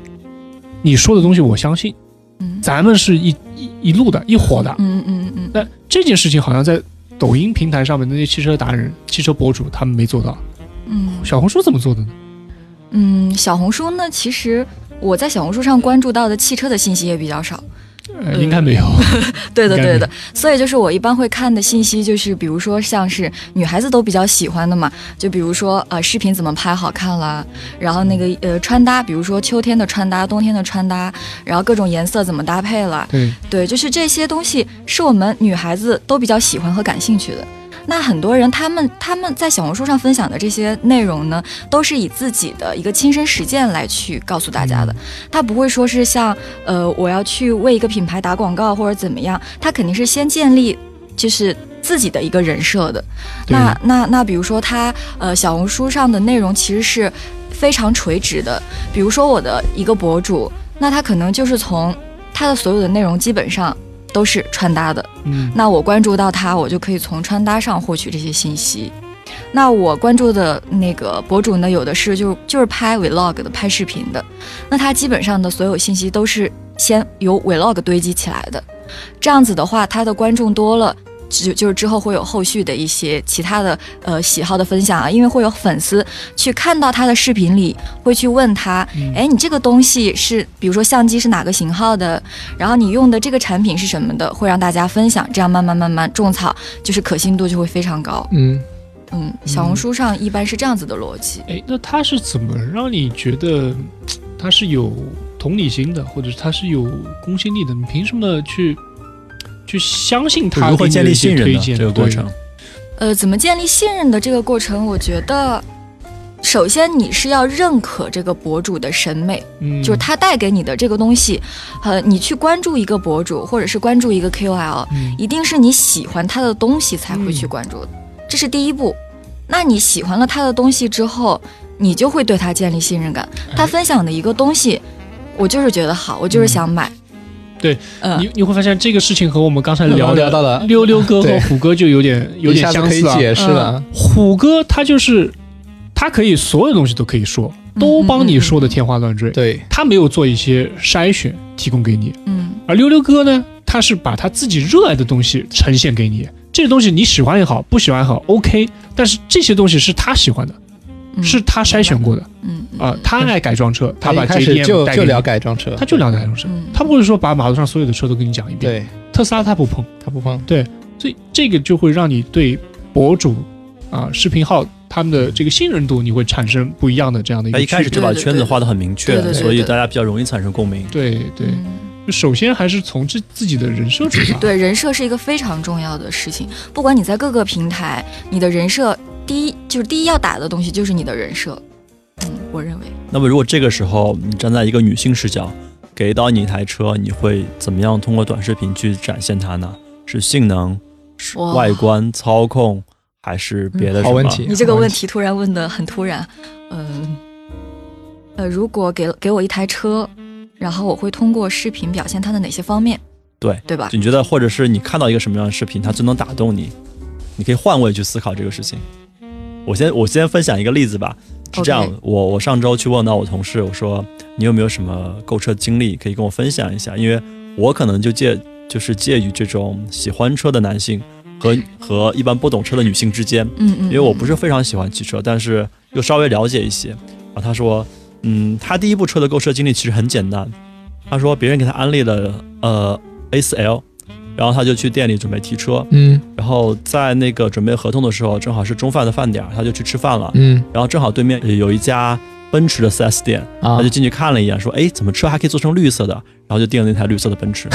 [SPEAKER 2] 你说的东西我相信，
[SPEAKER 1] 嗯
[SPEAKER 2] 咱们是一一一路的一伙的。
[SPEAKER 1] 嗯嗯嗯
[SPEAKER 2] 那这件事情好像在抖音平台上面那些汽车达人、汽车博主他们没做到，
[SPEAKER 1] 嗯
[SPEAKER 2] 小红书怎么做的呢？
[SPEAKER 1] 嗯嗯，小红书呢，其实我在小红书上关注到的汽车的信息也比较少。
[SPEAKER 2] 呃，
[SPEAKER 1] 嗯
[SPEAKER 2] 应该没有。
[SPEAKER 1] <laughs> 对的，
[SPEAKER 2] 应该
[SPEAKER 1] 对
[SPEAKER 2] 没
[SPEAKER 1] 的。所以就是我一般会看的信息，就是比如说像是女孩子都比较喜欢的嘛，就比如说呃视频怎么拍好看啦，然后那个呃穿搭，比如说秋天的穿搭、冬天的穿搭，然后各种颜色怎么搭配啦，
[SPEAKER 2] 对，
[SPEAKER 1] 对，就是这些东西是我们女孩子都比较喜欢和感兴趣的。那很多人他们他们在小红书上分享的这些内容呢，都是以自己的一个亲身实践来去告诉大家
[SPEAKER 2] 嗯
[SPEAKER 1] 的。他不会说是像呃我要去为一个品牌打广告或者怎么样，他肯定是先建立就是自己的一个人设的。
[SPEAKER 2] 对
[SPEAKER 1] 那那那比如说他呃小红书上的内容其实是非常垂直的，比如说我的一个博主，那他可能就是从他的所有的内容基本上都是穿搭的。
[SPEAKER 2] 嗯，
[SPEAKER 1] 那我关注到他，我就可以从穿搭上获取这些信息。那我关注的那个博主呢，有的是就就是拍 vlog 的，拍视频的，那他基本上的所有信息都是先由 vlog 堆积起来的。这样子的话，他的观众多了。就就是之后会有后续的一些其他的呃喜好的分享啊，因为会有粉丝去看到他的视频里，会去问他，哎、你这个东西是，比如说相机是哪个型号的，然后你用的这个产品是什么的，会让大家分享，这样慢慢慢慢种草，就是可信度就会非常高。
[SPEAKER 4] 嗯，
[SPEAKER 1] 嗯，小红书上一般是这样子的逻辑。
[SPEAKER 2] 哎，那他是怎么让你觉得他是有同理心的，或者是他是有公信力的？你凭什么去去相信他给
[SPEAKER 6] 如何
[SPEAKER 2] 你
[SPEAKER 6] 建
[SPEAKER 2] 的
[SPEAKER 6] 立
[SPEAKER 2] 一些
[SPEAKER 6] 信任
[SPEAKER 2] 推
[SPEAKER 6] 呢？
[SPEAKER 2] 荐
[SPEAKER 6] 这个过
[SPEAKER 2] 对
[SPEAKER 6] 程，
[SPEAKER 1] 呃，怎么建立信任的这个过程，我觉得，首先你是要认可这个博主的审美，
[SPEAKER 2] 嗯，
[SPEAKER 1] 就是他带给你的这个东西，呃，你去关注一个博主或者是关注一个 KOL，
[SPEAKER 2] 嗯，
[SPEAKER 1] 一定是你喜欢他的东西才会去关注的，这是第一步。那你喜欢了他的东西之后，你就会对他建立信任感。
[SPEAKER 2] 哎
[SPEAKER 1] 他分享的一个东西，我就是觉得好，我就是想买。
[SPEAKER 2] 对，
[SPEAKER 4] <laughs>
[SPEAKER 1] 嗯，
[SPEAKER 2] 你你会发现这个事情和我们刚才聊
[SPEAKER 4] 聊
[SPEAKER 2] 的
[SPEAKER 4] 聊到了，
[SPEAKER 2] 溜溜哥和
[SPEAKER 4] 对
[SPEAKER 2] 虎哥就有
[SPEAKER 4] <laughs>
[SPEAKER 2] 点有
[SPEAKER 4] 嗯一
[SPEAKER 2] 点
[SPEAKER 4] 下子
[SPEAKER 2] 相
[SPEAKER 4] 可以
[SPEAKER 2] 似啊。
[SPEAKER 4] 解释了。
[SPEAKER 2] 虎哥他就是他可以所有东西都可以说，
[SPEAKER 4] 嗯
[SPEAKER 2] 都帮你说的天花乱坠，
[SPEAKER 4] 对，
[SPEAKER 2] 他没有做一些筛选提供给你。
[SPEAKER 1] 嗯，
[SPEAKER 2] 而溜溜哥呢，他是把他自己热爱的东西呈现给你，这些东西你喜欢也好，不喜欢也好，OK。但是这些东西是他喜欢的，
[SPEAKER 1] 嗯
[SPEAKER 2] 是他筛选过的
[SPEAKER 1] 嗯嗯
[SPEAKER 2] 啊、他爱改装车，
[SPEAKER 4] 他
[SPEAKER 2] 把
[SPEAKER 4] 一开
[SPEAKER 2] JDM
[SPEAKER 4] 始就
[SPEAKER 2] 带给
[SPEAKER 4] 就
[SPEAKER 2] 你
[SPEAKER 4] 聊，改装车，
[SPEAKER 2] 他就聊改装车，
[SPEAKER 1] 嗯
[SPEAKER 2] 他不会说把马路上所有的车都跟你讲一遍。
[SPEAKER 4] 对
[SPEAKER 2] 特斯拉他不碰，
[SPEAKER 4] 他不碰，
[SPEAKER 2] 所以这个就会让你对博主啊、视频号他们的这个信任度，你会产生不一样的这样的一个
[SPEAKER 6] 他哎啊一开始
[SPEAKER 2] 区
[SPEAKER 6] 就把
[SPEAKER 1] 对对
[SPEAKER 6] 圈子
[SPEAKER 1] 对
[SPEAKER 6] 画得很明
[SPEAKER 1] 对
[SPEAKER 6] 确
[SPEAKER 1] 对，
[SPEAKER 4] 对
[SPEAKER 6] 所以
[SPEAKER 1] 对
[SPEAKER 6] 大家比较容易产生共鸣。
[SPEAKER 2] 别对对，
[SPEAKER 1] 嗯
[SPEAKER 2] 就首先还是从这自己的人设出发。
[SPEAKER 1] 对，人设是一个非常重要的事情。不管你在各个平台，你的人设第一就是第一要打的东西就是你的人设。嗯，我认为
[SPEAKER 6] 那么，如果这个时候你站在一个女性视角，给到你一台车，你会怎么样通过短视频去展现它呢？是性能、是
[SPEAKER 1] 哇
[SPEAKER 6] 外观、操控，还是别的什么？
[SPEAKER 4] 好问题。
[SPEAKER 1] 你这个
[SPEAKER 4] 好
[SPEAKER 1] 问题突然问的很突然。嗯，呃，如果给给我一台车，然后我会通过视频表现它的哪些方面？
[SPEAKER 6] 对
[SPEAKER 1] 对吧？
[SPEAKER 6] 你觉得，或者是你看到一个什么样的视频，它最能打动你？你可以换位去思考这个事情。我先我先分享一个例子吧，是这样
[SPEAKER 1] OK
[SPEAKER 6] 我我上周去问到我同事，我说你有没有什么购车经历可以跟我分享一下？因为我可能就介就是介于这种喜欢车的男性和和一般不懂车的女性之间，
[SPEAKER 1] 嗯嗯，
[SPEAKER 6] 因为我不
[SPEAKER 1] 是
[SPEAKER 6] 是非常喜欢汽车，但是又稍微了解一些。然后他说，嗯，他第一部车的购车经历其实很简单。他说别人给他安利了呃 A4L，然后他就去店里准备提车，
[SPEAKER 4] 嗯
[SPEAKER 6] 然后在那个准备合同的时候，正好是中饭的饭点儿，他就去吃饭了。
[SPEAKER 4] 嗯
[SPEAKER 6] 然后正好对面有一家奔驰的 4S 店，
[SPEAKER 4] 啊
[SPEAKER 6] 他就进去看了一眼，说，哎，怎么车还可以做成绿色的？然后就订了那台绿色的奔
[SPEAKER 4] <laughs>
[SPEAKER 6] 驰，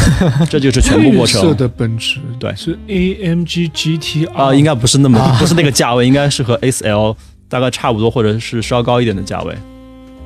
[SPEAKER 6] 这就是全部过
[SPEAKER 2] <laughs> 绿色
[SPEAKER 6] 程。
[SPEAKER 2] 的奔驰，
[SPEAKER 6] 对
[SPEAKER 2] 是 AMG GT
[SPEAKER 6] 啊、
[SPEAKER 2] R，
[SPEAKER 6] 应该不是那么、不是那个价位，应 <laughs> 该是和 A4L 大概差不多，或者是稍高一点的价位。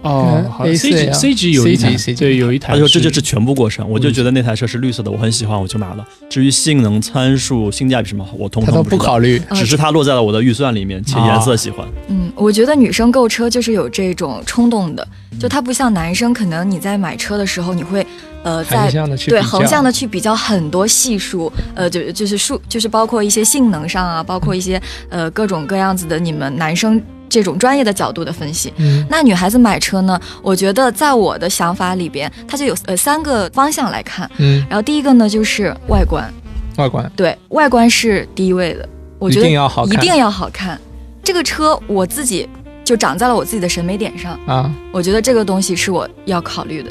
[SPEAKER 2] 哦，好
[SPEAKER 4] A4
[SPEAKER 2] C 级
[SPEAKER 4] 啊
[SPEAKER 2] C 级有一
[SPEAKER 4] C 级
[SPEAKER 2] 台
[SPEAKER 4] C，级
[SPEAKER 2] 对，有一台
[SPEAKER 6] 他
[SPEAKER 2] 是。
[SPEAKER 6] 说哎这就是全部过程，我就
[SPEAKER 2] 嗯
[SPEAKER 6] 觉得那台车是绿色的，我很喜欢，我就买了。至于性能、参数、性价比什么，我通
[SPEAKER 4] 他
[SPEAKER 6] 通
[SPEAKER 4] 都
[SPEAKER 6] 不
[SPEAKER 4] 不
[SPEAKER 6] 知道，
[SPEAKER 4] 考虑，
[SPEAKER 1] 哦
[SPEAKER 6] 只是它落在了我的预算里面，且颜色喜欢。
[SPEAKER 1] 呃嗯，我觉得女生购车就是有这种冲动的，就它不像男生，可能你在买车的时候，你会呃在
[SPEAKER 4] 横向的去
[SPEAKER 1] 对
[SPEAKER 4] 比较
[SPEAKER 1] 横向的去比较很多系数，呃，就就是数，就是包括一些性能上啊，包括一些呃各种各样子的你们男生这种专业的角度的分析。
[SPEAKER 4] 嗯
[SPEAKER 1] 那女孩子买车呢，我觉得在我的想法里边，它就有呃三个方向来看。
[SPEAKER 4] 嗯，
[SPEAKER 1] 然后第一个呢就是外观，
[SPEAKER 4] 外观
[SPEAKER 1] 对外观是第一位的，我
[SPEAKER 4] 一
[SPEAKER 1] 觉得
[SPEAKER 4] 定要好看，
[SPEAKER 1] 一定要好看。这个车我自己就长在了我自己的审美点上，
[SPEAKER 4] 啊，
[SPEAKER 1] 我觉得这个东西是我要考虑的。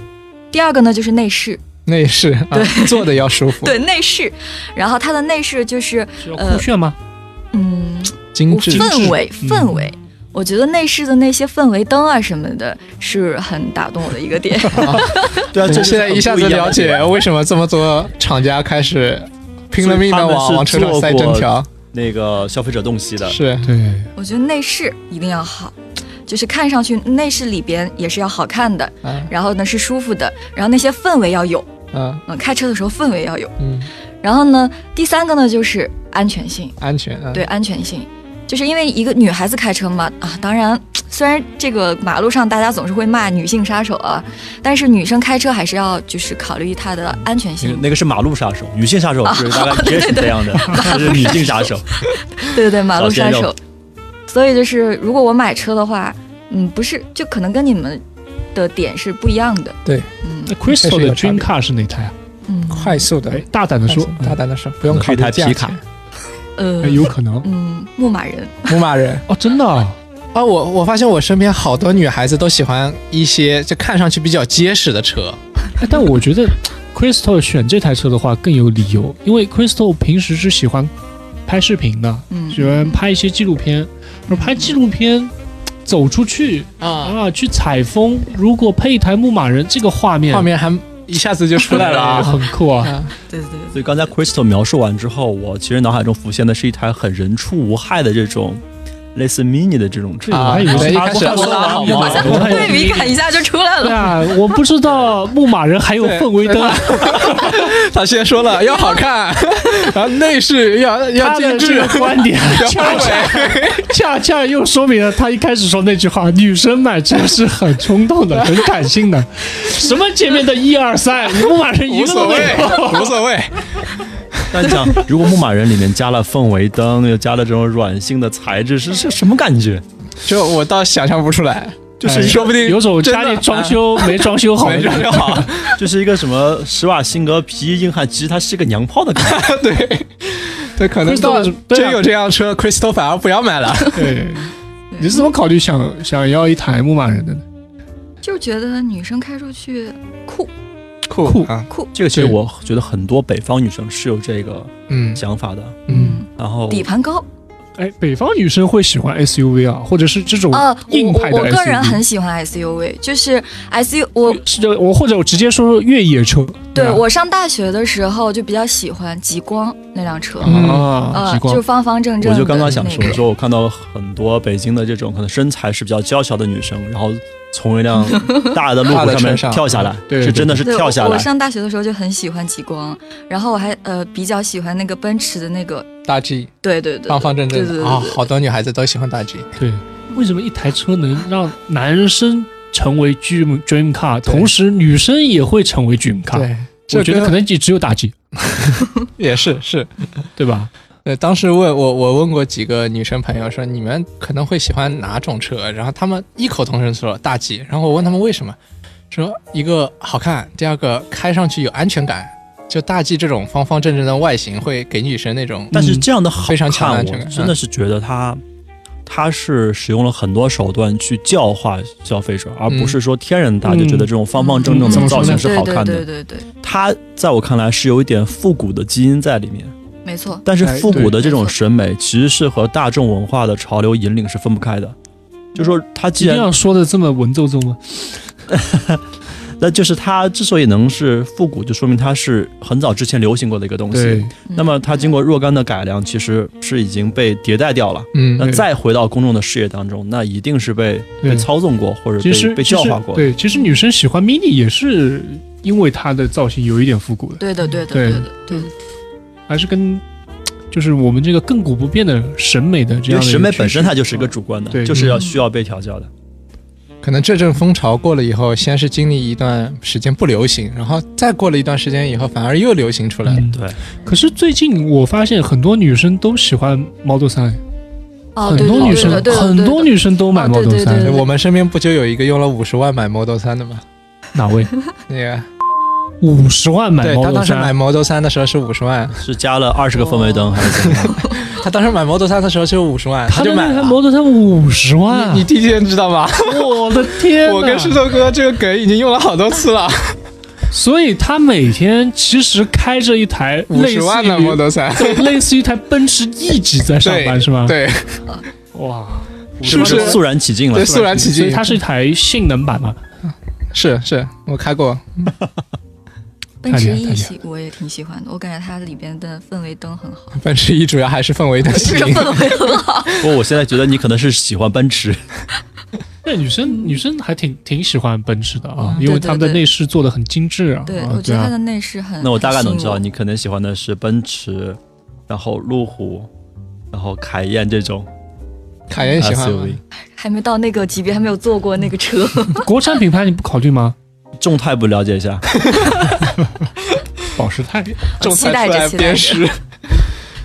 [SPEAKER 1] 第二个呢就是内饰，
[SPEAKER 4] 内饰啊做的要舒
[SPEAKER 1] <laughs>
[SPEAKER 4] 服，
[SPEAKER 1] 对内饰，然后它的内饰就是
[SPEAKER 2] 是要酷炫吗？
[SPEAKER 1] 嗯
[SPEAKER 4] 精致
[SPEAKER 1] 氛围
[SPEAKER 2] 嗯
[SPEAKER 1] 氛围。我觉得内饰的那些氛围灯啊什么的，是很打动我的一个点。
[SPEAKER 6] 对啊，
[SPEAKER 4] 我
[SPEAKER 6] 这
[SPEAKER 4] 们
[SPEAKER 6] 是
[SPEAKER 4] 现在一下子
[SPEAKER 6] 很不样
[SPEAKER 4] 了
[SPEAKER 6] 的
[SPEAKER 4] 解为什么这么多厂家开始拼了命的
[SPEAKER 6] 所以他们
[SPEAKER 4] 往
[SPEAKER 6] 是
[SPEAKER 4] 往车上塞
[SPEAKER 6] 做
[SPEAKER 4] 针
[SPEAKER 6] 过
[SPEAKER 4] 条，
[SPEAKER 6] 那个消费者洞悉的。
[SPEAKER 4] 是
[SPEAKER 2] 对，
[SPEAKER 1] 我觉得内饰一定要好，就是看上去内饰里边也是要好看的，
[SPEAKER 4] 嗯
[SPEAKER 1] 然后呢是舒服的，然后那些氛围要有，
[SPEAKER 4] 嗯
[SPEAKER 1] 嗯，开车的时候氛围要有。
[SPEAKER 4] 嗯，
[SPEAKER 1] 然后呢，第三个呢就是安全性，
[SPEAKER 4] 安全嗯
[SPEAKER 1] 对安全性，就是因为一个女孩子开车嘛啊，当然虽然这个马路上大家总是会骂女性杀手啊，但是女生开车还是要就是考虑她的安全
[SPEAKER 6] 那个
[SPEAKER 1] 性。
[SPEAKER 6] 那个是马路杀手，女性杀手是大概也是这样的，这是女性杀手。
[SPEAKER 1] <laughs> 对对，马路杀
[SPEAKER 6] 小鲜
[SPEAKER 1] 手。所以就是如果我买车的话，嗯，不是就可能跟你们的点是不一样的。
[SPEAKER 4] 对，
[SPEAKER 1] 嗯
[SPEAKER 2] 那 Crystal
[SPEAKER 4] 这是
[SPEAKER 2] 的
[SPEAKER 4] 有差
[SPEAKER 2] Dream
[SPEAKER 4] 别
[SPEAKER 2] Car 是哪台啊？
[SPEAKER 1] 嗯，
[SPEAKER 4] 快速的
[SPEAKER 2] 哎，大胆的说，
[SPEAKER 4] 大胆的说，嗯不用考
[SPEAKER 6] 一
[SPEAKER 4] 虑
[SPEAKER 6] 台
[SPEAKER 4] 价
[SPEAKER 6] 皮
[SPEAKER 4] 钱
[SPEAKER 6] 卡，
[SPEAKER 1] 呃
[SPEAKER 2] 哎，有可能
[SPEAKER 1] 嗯，牧马人，
[SPEAKER 4] 牧马人
[SPEAKER 2] 哦，真的啊，
[SPEAKER 4] 啊，我我发现我身边好多女孩子都喜欢一些就看上去比较结实的车，
[SPEAKER 2] 哎但我觉得 Crystal 选这台车的话更有理由，因为 Crystal 平时是喜欢拍视频的，
[SPEAKER 1] 嗯，
[SPEAKER 2] 喜欢拍一些纪录片，而拍纪录片。走出去
[SPEAKER 4] 啊，
[SPEAKER 2] 啊，去采风。如果配一台牧马人，这个画面
[SPEAKER 4] 画面还一下子就出来了
[SPEAKER 2] 啊，
[SPEAKER 4] <laughs> 啊！
[SPEAKER 2] 很酷啊！
[SPEAKER 5] 对对对，
[SPEAKER 6] 所以刚才 Crystal 描述完之后，我其实脑海中浮现的是一台很人畜无害的这种类似 Mini 的这种车。
[SPEAKER 2] 对我还以为
[SPEAKER 4] 啊对
[SPEAKER 2] 是
[SPEAKER 4] 一开始
[SPEAKER 6] 我还说完了
[SPEAKER 1] 我啊好像
[SPEAKER 2] 我还以为
[SPEAKER 1] 对比感一下就出来
[SPEAKER 2] 对
[SPEAKER 1] 了。
[SPEAKER 2] 啊，我不知道牧马人还有
[SPEAKER 4] 对
[SPEAKER 2] 氛围灯啊，
[SPEAKER 4] <laughs> 他先说了要
[SPEAKER 2] <laughs>
[SPEAKER 4] 好看，然后内饰要要
[SPEAKER 2] 他的
[SPEAKER 4] 精
[SPEAKER 2] 这
[SPEAKER 4] 致
[SPEAKER 2] 个，观点
[SPEAKER 4] <laughs> 要
[SPEAKER 2] 恰
[SPEAKER 4] <laughs> 宏
[SPEAKER 2] 恰
[SPEAKER 4] 伟，
[SPEAKER 2] 恰恰又说明了他一开始说那句话：女生买车是很冲动的，很感性的。什么前面的一二三，牧马人一
[SPEAKER 4] 无
[SPEAKER 2] 个
[SPEAKER 4] 所
[SPEAKER 2] 都没
[SPEAKER 4] 谓
[SPEAKER 2] 有。，
[SPEAKER 4] <laughs> 无所谓。
[SPEAKER 6] 但你想， <laughs> 如果牧马人里面加了氛围灯，又加了这种软性的材质，是是什么感觉？
[SPEAKER 4] 就我倒想象不出来，哎
[SPEAKER 2] 就是
[SPEAKER 4] 说不 <laughs> 定
[SPEAKER 2] 有种
[SPEAKER 4] 真
[SPEAKER 2] 家
[SPEAKER 4] 的啊
[SPEAKER 2] 里装修没装修好
[SPEAKER 4] 没
[SPEAKER 2] 的
[SPEAKER 4] 准
[SPEAKER 2] 感觉
[SPEAKER 4] 就好。
[SPEAKER 1] 啊
[SPEAKER 6] <laughs> 就是一个什么施瓦辛格皮衣硬汉，其实它是个娘炮的感
[SPEAKER 1] <laughs>
[SPEAKER 6] 觉。
[SPEAKER 4] <laughs> 对，对，可能
[SPEAKER 2] Crystal
[SPEAKER 4] 到
[SPEAKER 2] 是对啊
[SPEAKER 4] 真有这辆车，Crystal 反而不要买了。
[SPEAKER 2] 对，你是怎么考虑想想要一台牧马人的呢？
[SPEAKER 1] 嗯就觉得女生开出去酷
[SPEAKER 2] <laughs>
[SPEAKER 4] 酷
[SPEAKER 2] 酷
[SPEAKER 4] 啊，
[SPEAKER 1] 酷，
[SPEAKER 6] 这个其实
[SPEAKER 2] 对
[SPEAKER 6] 我觉得很多北方女生是有这个
[SPEAKER 4] 嗯
[SPEAKER 6] 想法的。
[SPEAKER 2] 嗯，
[SPEAKER 6] 然后
[SPEAKER 1] 底盘高。
[SPEAKER 2] 哎，北方女生会喜欢 SUV 啊，或者是这种
[SPEAKER 1] 呃，
[SPEAKER 2] 硬
[SPEAKER 1] 我
[SPEAKER 2] 派的
[SPEAKER 1] 我
[SPEAKER 2] SUV。
[SPEAKER 1] 我个人很喜欢 SUV，就是 SU 我
[SPEAKER 2] 是的，我或者我直接说越野车。啊
[SPEAKER 1] 对
[SPEAKER 2] 吧
[SPEAKER 1] 我上大学的时候就比较喜欢极光那辆车，
[SPEAKER 4] 嗯
[SPEAKER 2] 啊，
[SPEAKER 1] 呃
[SPEAKER 2] 极，
[SPEAKER 1] 就
[SPEAKER 2] 光。
[SPEAKER 1] 方方正正的
[SPEAKER 6] 我
[SPEAKER 1] 那
[SPEAKER 6] 就
[SPEAKER 1] 个。
[SPEAKER 6] 刚刚想说，说我看到很多北京的这种可能身材是比较娇小的女生，然后从一辆
[SPEAKER 1] <laughs>
[SPEAKER 6] 大的路虎
[SPEAKER 4] 大的
[SPEAKER 6] 上
[SPEAKER 4] 车
[SPEAKER 6] 面
[SPEAKER 4] 上
[SPEAKER 6] 跳下来，
[SPEAKER 2] 对
[SPEAKER 6] 是真的是
[SPEAKER 1] 对，
[SPEAKER 6] 跳下
[SPEAKER 1] 我。
[SPEAKER 6] 来
[SPEAKER 1] 我。上大学的时候就很喜欢极光，然后我还呃比较喜欢那个奔驰的那个，
[SPEAKER 4] 大 G
[SPEAKER 1] 对对对，
[SPEAKER 4] 方方正正
[SPEAKER 1] 对对
[SPEAKER 4] 的
[SPEAKER 1] 对
[SPEAKER 4] 啊，
[SPEAKER 1] 对
[SPEAKER 4] 好多女孩子都喜欢大 G。
[SPEAKER 2] 对，为什么一台车能让男生成为 dream dream car，
[SPEAKER 4] 对
[SPEAKER 2] 同时女生也会成为 dream car？
[SPEAKER 4] 对，
[SPEAKER 2] 我觉得可
[SPEAKER 4] 跟
[SPEAKER 2] 能也只有打击，
[SPEAKER 4] 也是是。
[SPEAKER 2] 对吧？
[SPEAKER 4] 对，当时问我我问过几个女生朋友说你们可能会喜欢哪种车，然后她们异口同声说大 G，然后我问她们为什么，说一个好看，第二个开上去有安全感，就大 G 这种方方正正的外形会给女生那种
[SPEAKER 6] 但是这样的好
[SPEAKER 4] 嗯非常强的
[SPEAKER 6] 看，
[SPEAKER 4] 安
[SPEAKER 6] 我
[SPEAKER 4] 全感嗯
[SPEAKER 6] 真的是觉得它，它是使用了很多手段去教化消费者，而
[SPEAKER 4] 嗯
[SPEAKER 6] 不是说天然大家就觉得这种方方正正
[SPEAKER 2] 嗯怎
[SPEAKER 6] 的
[SPEAKER 2] 么说
[SPEAKER 6] 造
[SPEAKER 2] 呢
[SPEAKER 6] 型是好看
[SPEAKER 1] 对对
[SPEAKER 6] 的。
[SPEAKER 1] 对对对，
[SPEAKER 6] 它在我看来是有一点复古的基因在里面，
[SPEAKER 1] 没错。
[SPEAKER 6] 但是复古的这
[SPEAKER 1] 哎
[SPEAKER 6] 种
[SPEAKER 1] 对
[SPEAKER 6] 审美其实是和大众文化的潮流引领是分不开的。就说它
[SPEAKER 2] 一
[SPEAKER 6] 既
[SPEAKER 2] 定
[SPEAKER 6] 然
[SPEAKER 2] 要说的这么文绉绉吗？
[SPEAKER 6] 那就是它之所以能是复古，就说明它是很早之前流行过的一个东西。
[SPEAKER 2] 对，
[SPEAKER 1] 嗯
[SPEAKER 6] 那么它经过若干的改良，其实是已经被迭代掉了。
[SPEAKER 4] 嗯
[SPEAKER 6] 那
[SPEAKER 2] 对
[SPEAKER 6] 再回到公众的视野当中，那一定是被
[SPEAKER 2] 对
[SPEAKER 6] 被操纵过，或者
[SPEAKER 2] 其实
[SPEAKER 6] 被被
[SPEAKER 2] 其实
[SPEAKER 6] 教化过。
[SPEAKER 2] 对，其实女生喜欢 mini 也是因为它的造型有一点复古的，
[SPEAKER 1] 对的对的
[SPEAKER 2] 对
[SPEAKER 1] 对的对的，
[SPEAKER 2] 还是跟就是我们这个亘古不变的审美的这
[SPEAKER 6] 因
[SPEAKER 2] 样
[SPEAKER 6] 为
[SPEAKER 2] 的一个
[SPEAKER 6] 审美
[SPEAKER 2] 趋势啊
[SPEAKER 6] 本身它就是一个主观的，
[SPEAKER 2] 对
[SPEAKER 6] 就是要
[SPEAKER 1] 嗯
[SPEAKER 6] 需要被调教的。
[SPEAKER 4] 可能这阵风潮过了以后，先是经历一段时间不流行，然后再过了一段时间以后，反而又流行出来了。
[SPEAKER 2] 嗯
[SPEAKER 6] 对，
[SPEAKER 2] 可是最近我发现很多女生都喜欢 Model 3，
[SPEAKER 1] 哦，
[SPEAKER 2] 很
[SPEAKER 1] 对
[SPEAKER 2] 多
[SPEAKER 1] 的
[SPEAKER 2] 女
[SPEAKER 1] 对
[SPEAKER 2] 生
[SPEAKER 1] 的对的
[SPEAKER 2] 很
[SPEAKER 1] 对的
[SPEAKER 2] 多女生都买
[SPEAKER 1] 哦对
[SPEAKER 2] Model
[SPEAKER 1] 对对
[SPEAKER 2] 3，
[SPEAKER 1] 对
[SPEAKER 4] 我们身边不就有一个用了五十万买 Model 3的吗？
[SPEAKER 2] 哪
[SPEAKER 1] <laughs>
[SPEAKER 2] 位？
[SPEAKER 4] 那个，
[SPEAKER 2] 五十万买
[SPEAKER 4] 对他
[SPEAKER 2] Model
[SPEAKER 4] 当时买
[SPEAKER 2] 3，
[SPEAKER 4] Model 3的时候是五十万，
[SPEAKER 6] 是加了二十个氛围
[SPEAKER 2] 哦
[SPEAKER 6] 灯还是怎么样？
[SPEAKER 4] 他当时买 Model 3的时候就五十万，
[SPEAKER 2] 他
[SPEAKER 4] 就
[SPEAKER 2] 的
[SPEAKER 4] 买
[SPEAKER 2] 那台
[SPEAKER 4] 了。
[SPEAKER 2] Model
[SPEAKER 4] <laughs>
[SPEAKER 2] 3五十万啊，
[SPEAKER 4] 你你第一天知道吗？
[SPEAKER 2] <laughs> 我的天
[SPEAKER 4] <laughs> 我跟
[SPEAKER 2] 呐
[SPEAKER 4] 石头哥这个梗已经用了好多次了，
[SPEAKER 2] 所以他每天其实开着一台 <laughs>
[SPEAKER 4] 五
[SPEAKER 2] 类似
[SPEAKER 4] 十万的
[SPEAKER 2] 于啊
[SPEAKER 4] Model
[SPEAKER 2] <laughs>
[SPEAKER 4] 3，
[SPEAKER 2] 对类似于一台奔驰 E 级在上班
[SPEAKER 4] 对
[SPEAKER 2] 是吗？，
[SPEAKER 4] 对
[SPEAKER 2] 哇， <laughs>
[SPEAKER 4] 是不是
[SPEAKER 6] 我就肃然起敬了
[SPEAKER 4] 对，？肃然起
[SPEAKER 2] 所以
[SPEAKER 4] 敬
[SPEAKER 2] 它。是一台性能版嘛？
[SPEAKER 4] 是是，我开 <laughs> 过，
[SPEAKER 1] 奔驰
[SPEAKER 2] 太厉
[SPEAKER 1] E
[SPEAKER 2] 害太厉害
[SPEAKER 1] 系我也挺喜欢的，我感觉它里边的氛围灯很好，
[SPEAKER 4] 奔驰 E 主要还是氛围的吸
[SPEAKER 1] 这个
[SPEAKER 4] <laughs> 引。
[SPEAKER 1] 氛围很好。
[SPEAKER 6] 不过我现在觉得你可能是喜欢奔驰，
[SPEAKER 2] 那哎女生女生还挺挺喜欢奔驰的啊，
[SPEAKER 1] 嗯
[SPEAKER 2] 因为
[SPEAKER 1] 对对
[SPEAKER 2] 他们的
[SPEAKER 1] 对
[SPEAKER 2] 内饰做的很精致啊。
[SPEAKER 1] 对，
[SPEAKER 2] 啊
[SPEAKER 1] 我觉
[SPEAKER 2] 对
[SPEAKER 1] 得它
[SPEAKER 2] 啊
[SPEAKER 1] 的内饰很。
[SPEAKER 6] 那我大概能知道
[SPEAKER 1] 很吸引
[SPEAKER 6] 你可能喜欢的是奔驰，然后路虎，然后凯宴这种
[SPEAKER 4] 凯宴喜欢
[SPEAKER 2] 啊
[SPEAKER 4] 吗
[SPEAKER 6] SUV。
[SPEAKER 1] 我还没到那个级别，还没有坐过那个车。
[SPEAKER 2] 国产品牌你不考虑吗？
[SPEAKER 6] 众泰不了解一下，
[SPEAKER 2] 保时泰，
[SPEAKER 4] 仲
[SPEAKER 1] 期
[SPEAKER 4] 裁
[SPEAKER 1] 待
[SPEAKER 4] 出
[SPEAKER 1] 着
[SPEAKER 4] 来
[SPEAKER 1] 期待
[SPEAKER 4] 鞭
[SPEAKER 1] 着
[SPEAKER 4] 尸。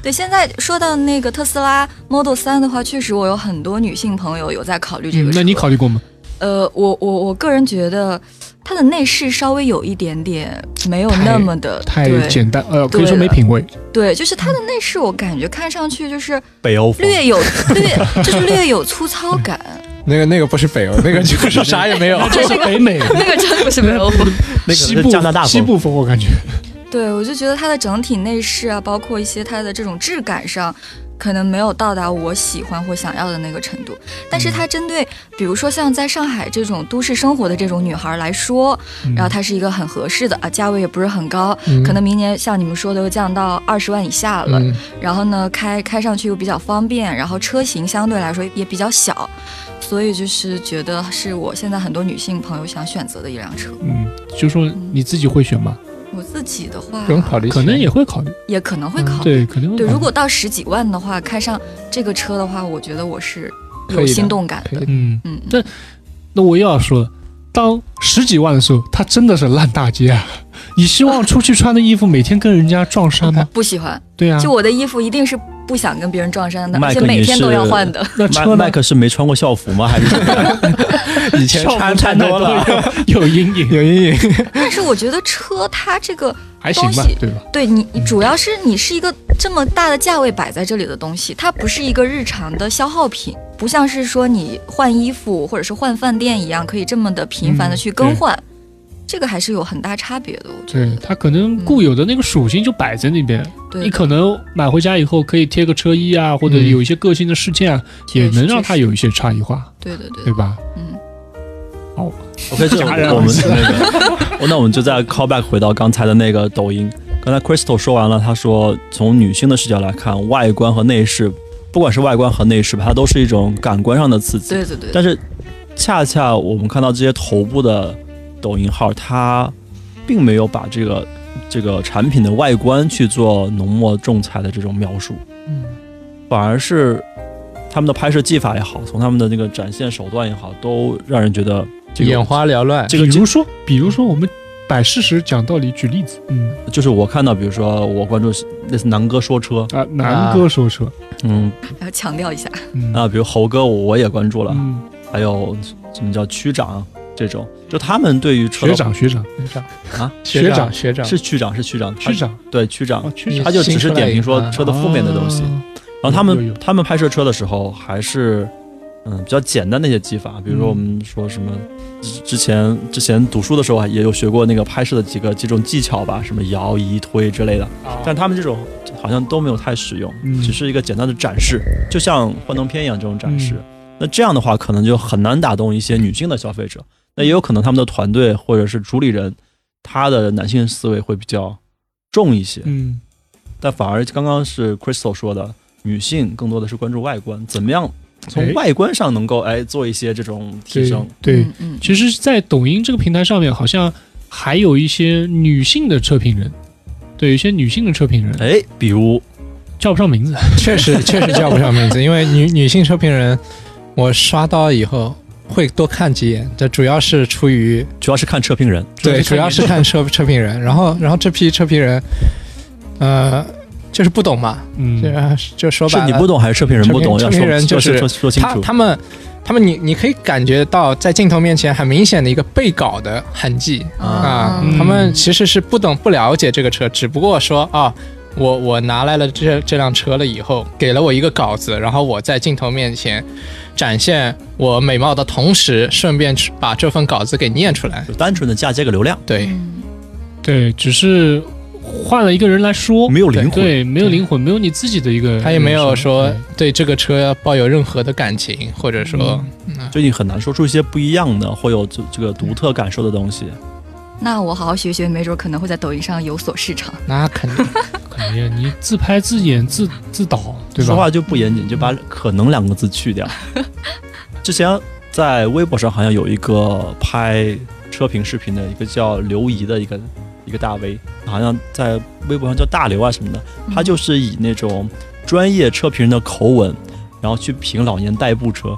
[SPEAKER 1] 对，现在说到那个特斯拉 Model 3的话，确实我有很多女性朋友有在考虑这个
[SPEAKER 2] 嗯
[SPEAKER 1] 车。
[SPEAKER 2] 那你考虑过吗？
[SPEAKER 1] 呃，我我我个人觉得它的内饰稍微有一点点没有那么的
[SPEAKER 2] 太
[SPEAKER 1] 对
[SPEAKER 2] 简单，呃，可以说
[SPEAKER 1] 对
[SPEAKER 2] 没品味。
[SPEAKER 1] 对，就是它的内饰我感觉看上去
[SPEAKER 2] 哦
[SPEAKER 1] 就是
[SPEAKER 6] 北欧风。
[SPEAKER 1] 略有
[SPEAKER 2] <laughs>
[SPEAKER 1] 略就是略有粗糙感，
[SPEAKER 4] 那个那个不是北欧，那个就是 <laughs> 啥也没有。
[SPEAKER 2] <laughs> 这是北美，
[SPEAKER 1] 那啊个真的不是没有
[SPEAKER 2] <laughs>
[SPEAKER 1] 我。
[SPEAKER 6] 那个
[SPEAKER 2] 西
[SPEAKER 6] 是
[SPEAKER 2] 部
[SPEAKER 6] 加拿大风
[SPEAKER 2] 西部风，我感觉。
[SPEAKER 1] 对，我就觉得它的整体内饰啊，包括一些它的这种质感上，可能没有到达我喜欢或想要的那个程度，但是它
[SPEAKER 2] 嗯
[SPEAKER 1] 针对，比如说像在上海这种都市生活的这种女孩来说，
[SPEAKER 2] 嗯
[SPEAKER 1] 然后它是一个很合适的啊，价位也不是很高，
[SPEAKER 4] 嗯
[SPEAKER 1] 可能明年像你们说的又降到二十万以下了，
[SPEAKER 4] 嗯
[SPEAKER 1] 然后呢开开上去又比较方便，然后车型相对来说也比较小，所以就是觉得是我现在很多女性朋友想选择的一辆车。
[SPEAKER 2] 嗯，就说你自己会选吗？
[SPEAKER 1] 我自己的话
[SPEAKER 4] 不，用考虑钱，
[SPEAKER 2] 可能也会考虑，
[SPEAKER 1] 也可能会考虑。
[SPEAKER 2] 对，肯
[SPEAKER 4] 嗯
[SPEAKER 2] 定会考
[SPEAKER 1] 对，
[SPEAKER 2] 虑。
[SPEAKER 1] 如果到十几万的话，开上这个车的话，我觉得我是
[SPEAKER 4] 可
[SPEAKER 1] 有
[SPEAKER 4] 以的
[SPEAKER 1] 心动感
[SPEAKER 4] 可
[SPEAKER 1] 的
[SPEAKER 4] 以。
[SPEAKER 2] 嗯，
[SPEAKER 1] 嗯，
[SPEAKER 2] 这那我又要说了，当十几万的时候，它真的是烂大街啊！你希望出去穿的衣服每天跟人家撞衫
[SPEAKER 1] <laughs>
[SPEAKER 2] 吗？
[SPEAKER 1] 不喜欢。
[SPEAKER 2] 对啊，
[SPEAKER 1] 就我的衣服一定是不想跟别人撞衫的，
[SPEAKER 6] 麦
[SPEAKER 1] 而且
[SPEAKER 6] 克
[SPEAKER 1] 每
[SPEAKER 6] 你
[SPEAKER 1] 天都要
[SPEAKER 6] 是
[SPEAKER 1] 换
[SPEAKER 4] <laughs>
[SPEAKER 1] 的。
[SPEAKER 2] 那
[SPEAKER 6] 麦
[SPEAKER 2] 车呢
[SPEAKER 6] 麦？克是没穿过校服吗？还是怎么样
[SPEAKER 2] <laughs>
[SPEAKER 4] 以前
[SPEAKER 2] 校服穿
[SPEAKER 4] 穿太
[SPEAKER 2] 得
[SPEAKER 4] 多了，
[SPEAKER 2] 有阴影，
[SPEAKER 4] 有阴影。
[SPEAKER 1] 但是我觉得车它这个
[SPEAKER 2] 还行吧
[SPEAKER 1] 东西，
[SPEAKER 2] 对吧？
[SPEAKER 1] 对你你主要是你是一个这么大的价位摆在这里的东西，它不是一个日常的消耗品，不像是说你换衣服或者是换饭店一样可以这么的频繁的去更换，这个还是有很大差别的。我觉
[SPEAKER 2] 嗯
[SPEAKER 1] 得，
[SPEAKER 2] 对，它可能固有的那个属性就摆在那边，
[SPEAKER 1] 嗯对，
[SPEAKER 2] 你可能买回家以后可以贴个车衣啊，或者
[SPEAKER 4] 嗯
[SPEAKER 2] 有一些个性的饰件啊，也
[SPEAKER 1] 确实
[SPEAKER 2] 能让它
[SPEAKER 1] 确实
[SPEAKER 2] 有一些差异化，
[SPEAKER 1] 对对对
[SPEAKER 2] 对，吧？
[SPEAKER 1] 嗯，
[SPEAKER 6] ？OK，这
[SPEAKER 2] 戛然
[SPEAKER 6] 我
[SPEAKER 2] 而
[SPEAKER 6] 们
[SPEAKER 2] 止
[SPEAKER 6] 那个，那我们就再 callback 回到刚才的那个抖音。刚才 Crystal 说完了，她说从女性的视角来看，外观和内饰，不管是外观和内饰吧，它都是一种感官上的刺激。
[SPEAKER 1] 对对对，
[SPEAKER 6] 但是恰恰我们看到这些头部的抖音号，它并没有把这个这个产品的外观去做浓墨重彩的这种描述，
[SPEAKER 2] 嗯，
[SPEAKER 6] 反而是他们的拍摄技法也好，从他们的那个展现手段也好，都让人觉得这
[SPEAKER 4] 眼
[SPEAKER 6] 个
[SPEAKER 4] 花缭乱，
[SPEAKER 6] 这个
[SPEAKER 2] 比如说，比如说我们摆事实、讲道理、举例子，嗯
[SPEAKER 6] 就是我看到，比如说我关注类似南哥说车，
[SPEAKER 2] 啊，南哥说车，
[SPEAKER 6] 嗯
[SPEAKER 1] 还要强调一下，
[SPEAKER 2] 嗯
[SPEAKER 6] 啊，比如猴哥我我也关注了，
[SPEAKER 2] 嗯，
[SPEAKER 6] 还有什么叫区长这种，就他们对于车
[SPEAKER 2] 学
[SPEAKER 6] 的
[SPEAKER 2] 长学长
[SPEAKER 4] 学长
[SPEAKER 6] 啊，
[SPEAKER 4] 学
[SPEAKER 2] 长
[SPEAKER 4] 学长
[SPEAKER 6] 是区长是区长他
[SPEAKER 2] 区长
[SPEAKER 6] 对区长
[SPEAKER 2] 哦，区长
[SPEAKER 6] 他就只是点评说车的负面的东西。
[SPEAKER 2] 啊
[SPEAKER 6] 然后他
[SPEAKER 2] 有有有
[SPEAKER 6] 们他们拍摄车的时候还是嗯比较简单的一些技法，比如
[SPEAKER 2] 嗯
[SPEAKER 6] 说我们说什么。之之前之前读书的时候啊，也有学过那个拍摄的几个几种技巧吧，什么摇、移、推之类的。但他们这种好像都没有太使用，
[SPEAKER 2] 啊嗯
[SPEAKER 6] 只是一个简单的展示，就像幻灯片一样这种展示
[SPEAKER 2] 嗯。
[SPEAKER 6] 那这样的话，可能就很难打动一些女性的消费者。那也有可能他们的团队或者是主理人，他的男性思维会比较重一些。
[SPEAKER 2] 嗯，
[SPEAKER 6] 但反而刚刚是 Crystal 说的，女性更多的是关注外观，怎么样从
[SPEAKER 2] 哎
[SPEAKER 6] 外观上能够哎做一些这种提
[SPEAKER 2] 对
[SPEAKER 6] 升。
[SPEAKER 2] 对，
[SPEAKER 1] 嗯嗯，
[SPEAKER 2] 其实，在抖音这个平台上面，好像还有一些女性的车评人，对，有一些女性的车评人
[SPEAKER 6] 哎，比如
[SPEAKER 2] 叫不上名字，
[SPEAKER 6] <laughs>
[SPEAKER 4] 确实确实叫不上名字，因为女女性车评人，我刷到以后会多看几眼，这主要是出于
[SPEAKER 6] 主要是看车评人，
[SPEAKER 4] 对，主要是看车车评人，然后然后这批车评人，呃，就是不懂嘛，
[SPEAKER 6] <laughs>
[SPEAKER 2] 嗯，
[SPEAKER 4] 就就说
[SPEAKER 6] 是
[SPEAKER 4] 白
[SPEAKER 6] 你
[SPEAKER 4] 了
[SPEAKER 6] 不，懂还是车评人
[SPEAKER 4] 车
[SPEAKER 6] 不
[SPEAKER 4] 评
[SPEAKER 6] 懂？
[SPEAKER 4] 车
[SPEAKER 6] 要
[SPEAKER 4] 评
[SPEAKER 6] 说
[SPEAKER 4] 人就
[SPEAKER 6] 说
[SPEAKER 4] 是
[SPEAKER 6] 说说清
[SPEAKER 4] 他
[SPEAKER 6] 楚。
[SPEAKER 4] 他们他们你你可以感觉到在镜头面前很明显的一个被搞的痕迹，啊，
[SPEAKER 2] 嗯
[SPEAKER 4] 他们其实是不懂不了解这个车，只不过说啊，我我拿来了这这辆车了以后，给了我一个稿子，然后我在镜头面前展现我美貌的同时，顺便去把这份稿子给念出来。
[SPEAKER 6] 就单纯的嫁接个流量，
[SPEAKER 4] 对，
[SPEAKER 1] 嗯
[SPEAKER 2] 对，只是换了一个人来说，
[SPEAKER 6] 没有灵魂。
[SPEAKER 2] 对，没有灵魂，没有你自己的一个，
[SPEAKER 4] 他也没有
[SPEAKER 2] 嗯
[SPEAKER 4] 说对这个车抱有任何的感情，或者说，
[SPEAKER 6] 最近很难说出一些不一样的，或有这这个独特感受的东西。
[SPEAKER 1] 那我好好学学，没准可能会在抖音上有所市场。
[SPEAKER 4] 那肯定
[SPEAKER 2] 肯定你自拍自演自自导，对
[SPEAKER 6] 说
[SPEAKER 2] 吧？
[SPEAKER 6] 话就不严谨，就把“可能”两个字
[SPEAKER 2] <laughs>
[SPEAKER 6] 去掉。之前在微博上好像有一个拍车评视频的一个叫刘怡的一个一个大 V，好像在微博上叫大刘啊什么
[SPEAKER 2] 嗯
[SPEAKER 6] 的，他就是以那种专业车评人的口吻，然后去评老年代步车，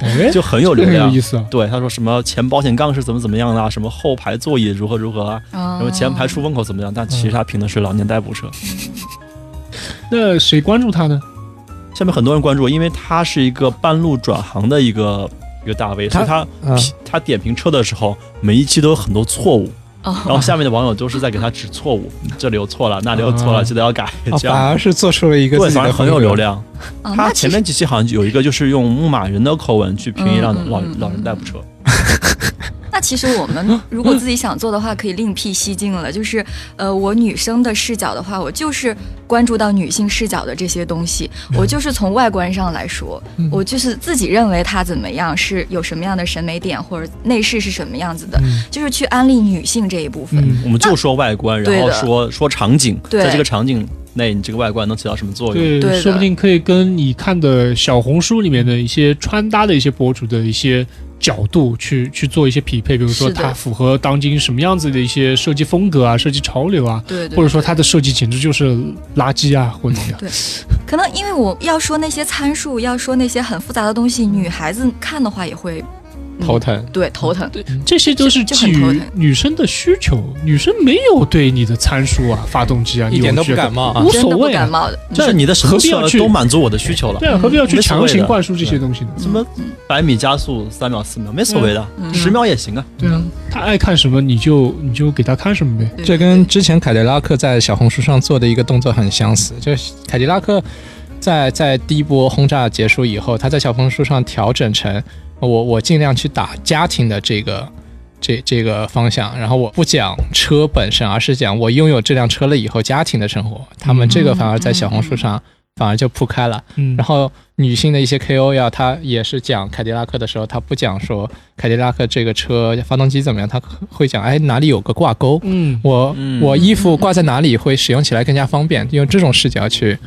[SPEAKER 2] 哎，
[SPEAKER 6] 就很有
[SPEAKER 2] 这
[SPEAKER 6] 流
[SPEAKER 2] <laughs> 很有
[SPEAKER 6] 量
[SPEAKER 2] 意。思啊。
[SPEAKER 6] 对，他说什么前保险杠是怎么怎么样的啊，什么后排座椅如何如何啊，
[SPEAKER 1] 然
[SPEAKER 6] 然后前排出风口怎么样，但其实他评的是老年代步车。
[SPEAKER 2] 那谁关注他呢？
[SPEAKER 6] 下面很多人关注，因为他是一个半路转行的一个一个大 V，所以他
[SPEAKER 4] 嗯
[SPEAKER 6] 他点评车的时候，每一期都有很多错误，
[SPEAKER 1] 哦，
[SPEAKER 6] 然后下面的网友都是在给他指错误， <laughs> 这里有错了，那里有错了，
[SPEAKER 2] 啊
[SPEAKER 6] 记得要改，
[SPEAKER 4] 啊
[SPEAKER 6] 这
[SPEAKER 4] 反
[SPEAKER 6] 样
[SPEAKER 4] 而是做出了一个
[SPEAKER 6] 对，
[SPEAKER 4] 自己
[SPEAKER 6] 反而
[SPEAKER 4] 的
[SPEAKER 6] 很
[SPEAKER 4] 风
[SPEAKER 6] 有
[SPEAKER 4] 格
[SPEAKER 6] 流。量。
[SPEAKER 1] 啊
[SPEAKER 6] 他
[SPEAKER 1] 那
[SPEAKER 6] 前
[SPEAKER 1] 其
[SPEAKER 6] 面几期好像有一个就是用牧马人的口吻去评一辆
[SPEAKER 1] 嗯嗯
[SPEAKER 6] 老
[SPEAKER 1] 嗯嗯
[SPEAKER 6] 老人代步车，
[SPEAKER 1] 那其实我们如果自己想做的话，可以另辟蹊径了。就是呃，我女生的视角的话，我就是关注到女性视角的这些东西，我就是从外观上来说，我就是自己认为她怎么样，是有什么样的审美点，或者内饰是什么样子的，
[SPEAKER 2] 嗯
[SPEAKER 1] 就是去安利女性这一部分。
[SPEAKER 2] 嗯，
[SPEAKER 6] 我们就说外观，然
[SPEAKER 1] 对
[SPEAKER 6] 后
[SPEAKER 1] 的
[SPEAKER 6] 说说场景，
[SPEAKER 1] 对
[SPEAKER 6] 在这个场景内，你这个外观能起到什么作用？
[SPEAKER 2] 对，
[SPEAKER 1] 对的
[SPEAKER 2] 说不定可以跟你看的小红书里面的一些穿搭的一些博主的一些角度去去做一些匹配，比如说
[SPEAKER 1] 是的
[SPEAKER 2] 它符合当今什么样子的一些设计风格啊、设计潮流啊，
[SPEAKER 1] 对对对，
[SPEAKER 2] 或者说它的设计简直就是垃圾啊，或者怎么样。
[SPEAKER 1] 可能因为我要说那些参数，要说那些很复杂的东西，女孩子看的话也会、嗯
[SPEAKER 4] 头，疼。
[SPEAKER 1] 对头疼。
[SPEAKER 2] 这些都是基
[SPEAKER 1] 嗯就就很
[SPEAKER 2] 于
[SPEAKER 1] 头疼
[SPEAKER 2] 女生的需求，女生没有对你的参数啊、发动机啊，
[SPEAKER 4] 一点都不感冒啊
[SPEAKER 2] 无
[SPEAKER 1] 真的
[SPEAKER 2] 所
[SPEAKER 1] 不
[SPEAKER 2] 谓
[SPEAKER 1] 感
[SPEAKER 2] 啊。
[SPEAKER 1] 冒的，
[SPEAKER 6] 就是你的什么
[SPEAKER 2] 何必要
[SPEAKER 6] 设
[SPEAKER 2] 去
[SPEAKER 6] 都满足我的需求了，
[SPEAKER 2] 对啊，
[SPEAKER 1] 嗯
[SPEAKER 2] 何必要去
[SPEAKER 6] 没所谓
[SPEAKER 2] 强
[SPEAKER 6] 的
[SPEAKER 2] 行灌输这些东西呢？
[SPEAKER 6] 什么百米加速三秒四秒没所谓的
[SPEAKER 1] 嗯，
[SPEAKER 6] 十秒也行啊。
[SPEAKER 2] 对啊，他爱看什么你就你就给他看什么呗。
[SPEAKER 1] 对
[SPEAKER 4] 这跟之前凯迪拉克在小红书上做的一个动作很相似，就是凯迪拉克在在第一波轰炸结束以后，他在小红书上调整成我我尽量去打家庭的这个这这个方向，然后我不讲车本身，而是讲我拥有这辆车了以后家庭的生活。他们这个反而在小红书上反而就铺开了。
[SPEAKER 2] 嗯，
[SPEAKER 4] 然后女性的一些 KOL，她也是讲凯迪拉克的时候，她不讲说凯迪拉克这个车发动机怎么样，她会讲哎哪里有个挂钩，
[SPEAKER 2] 嗯，
[SPEAKER 4] 我、
[SPEAKER 6] 嗯
[SPEAKER 4] 我衣服挂在哪里会使用起来更加方便，用这种视角去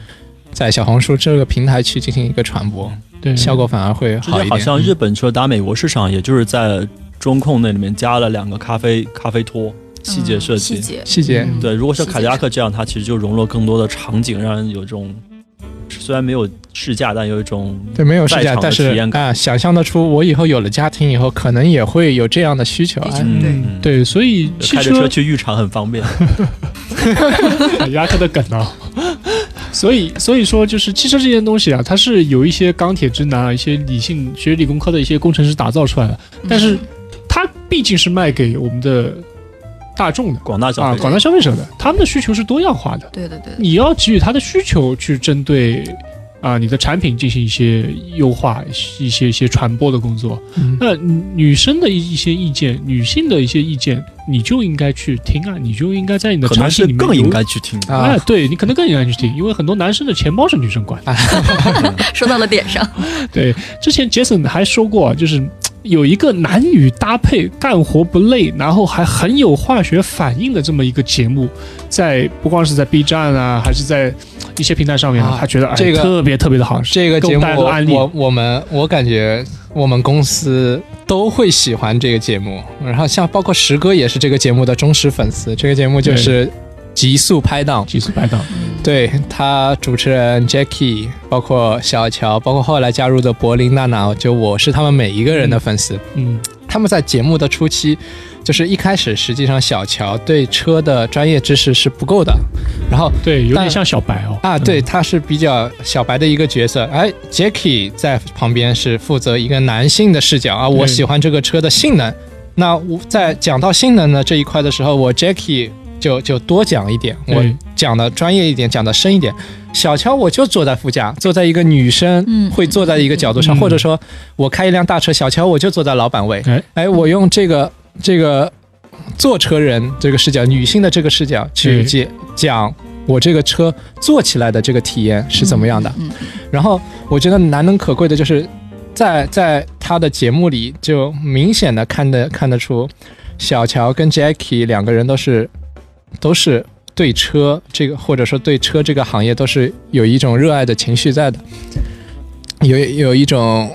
[SPEAKER 4] 在小红书这个平台去进行一个传播，
[SPEAKER 2] 对，
[SPEAKER 4] 效果反而会
[SPEAKER 6] 之
[SPEAKER 4] 好
[SPEAKER 6] 前
[SPEAKER 4] 一
[SPEAKER 6] 好
[SPEAKER 4] 点。嗯
[SPEAKER 6] 像日本车打美国市场，也就是在中控那里面加了两个咖啡咖啡托细节设
[SPEAKER 1] 嗯
[SPEAKER 6] 计
[SPEAKER 1] 细。节
[SPEAKER 4] 细节，
[SPEAKER 2] 嗯
[SPEAKER 6] 对，如果像
[SPEAKER 1] 细节
[SPEAKER 6] 凯迪拉克这样，它其实就融入了更多的场景，让人有这种虽然没有试驾，但有一种
[SPEAKER 4] 对，没有试
[SPEAKER 6] 在
[SPEAKER 4] 驾
[SPEAKER 6] 场，的
[SPEAKER 4] 但是
[SPEAKER 6] 体验感
[SPEAKER 4] 啊，想象得出我以后有了家庭以后，可能也会有这样的需求。哎
[SPEAKER 6] 嗯
[SPEAKER 2] 嗯，对，所以
[SPEAKER 6] 对
[SPEAKER 2] 汽
[SPEAKER 6] 开着
[SPEAKER 2] 车
[SPEAKER 6] 车去浴场很方便。
[SPEAKER 2] <laughs> 凯迪拉克的梗啊。所以，所以说就是汽车这件东西啊，它是有一些钢铁直男啊，一些理性学理工科的一些工程师打造出来的，
[SPEAKER 1] 嗯
[SPEAKER 2] 但是它毕竟是卖给我们的大众的
[SPEAKER 6] 广大消
[SPEAKER 2] 啊，
[SPEAKER 6] 费者
[SPEAKER 2] 广大消费者的，他们的需求是多样化的，
[SPEAKER 1] 对对对对，
[SPEAKER 2] 你要给予他的需求去针对啊、你的产品进行一些优化、一些一些传播的工作。
[SPEAKER 4] 嗯
[SPEAKER 2] 那女女生的一一些意见，女性的一些意见，你就应该去听啊，你就应该在你的
[SPEAKER 6] 可
[SPEAKER 2] 产
[SPEAKER 6] 能是
[SPEAKER 2] 品里面
[SPEAKER 6] 更应
[SPEAKER 2] 有
[SPEAKER 6] 该去听。
[SPEAKER 4] 啊 <laughs>
[SPEAKER 2] 哎，，对你可能更应该去听，因为很多男生的钱包是女生管的。
[SPEAKER 4] 啊
[SPEAKER 1] 说到了点上，
[SPEAKER 2] 对，之前杰森还说过，就是嘖有一个男女搭配干活不累，然后还很有化学反应的这么一个节目，在不光是在 B 站啊，还是在嘖一些平台上面啊，
[SPEAKER 4] 啊
[SPEAKER 2] 他觉得哎
[SPEAKER 4] 这个
[SPEAKER 2] 特别特别的好，
[SPEAKER 4] 这个
[SPEAKER 2] 给我
[SPEAKER 4] 节
[SPEAKER 2] 们
[SPEAKER 4] 目
[SPEAKER 2] 带来的案例
[SPEAKER 4] 我我们我感觉我们公司都会喜欢这个节目，然后像包括石哥也是这个节目的忠实粉丝。这个节目就是极速拍档，
[SPEAKER 2] 极速拍档，
[SPEAKER 4] 对他主持人 Jackie，包括小乔，包括后来加入的柏林娜娜，就我是他们每一个人的粉丝。
[SPEAKER 2] 嗯
[SPEAKER 4] 他们在节目的初期，就是一开始实际上小乔对车的专业知识是不够的，然后
[SPEAKER 2] 对，有点
[SPEAKER 4] 但
[SPEAKER 2] 像小白哦
[SPEAKER 4] 啊，对，，他是比较小白的一个角色。哎，Jacky 在旁边是负责一个男性的视角啊，我
[SPEAKER 2] 对
[SPEAKER 4] 喜欢这个车的性能。那我在讲到性能的这一块的时候，我 Jacky 就就多讲一点，
[SPEAKER 2] 对
[SPEAKER 4] 我讲的专业一点，讲的深一点。小乔我就坐在副驾，坐在一个女生
[SPEAKER 1] 嗯
[SPEAKER 4] 会坐在一个角度上，
[SPEAKER 2] 嗯
[SPEAKER 4] 或者说我开一辆大车，小乔我就坐在老板位
[SPEAKER 2] 哎。
[SPEAKER 4] 哎，我用这个这个坐车人这个视角，女性的这个视角去
[SPEAKER 2] 对
[SPEAKER 4] 解讲我这个车坐起来的这个体验是怎么样的。
[SPEAKER 1] 嗯？
[SPEAKER 4] 然后我觉得难能可贵的就是在在他的节目里就明显的看得看得出，小乔跟 Jackie 两个人都是都是对车这个或者说对车这个行业都是有一种热爱的情绪在的，有有一种。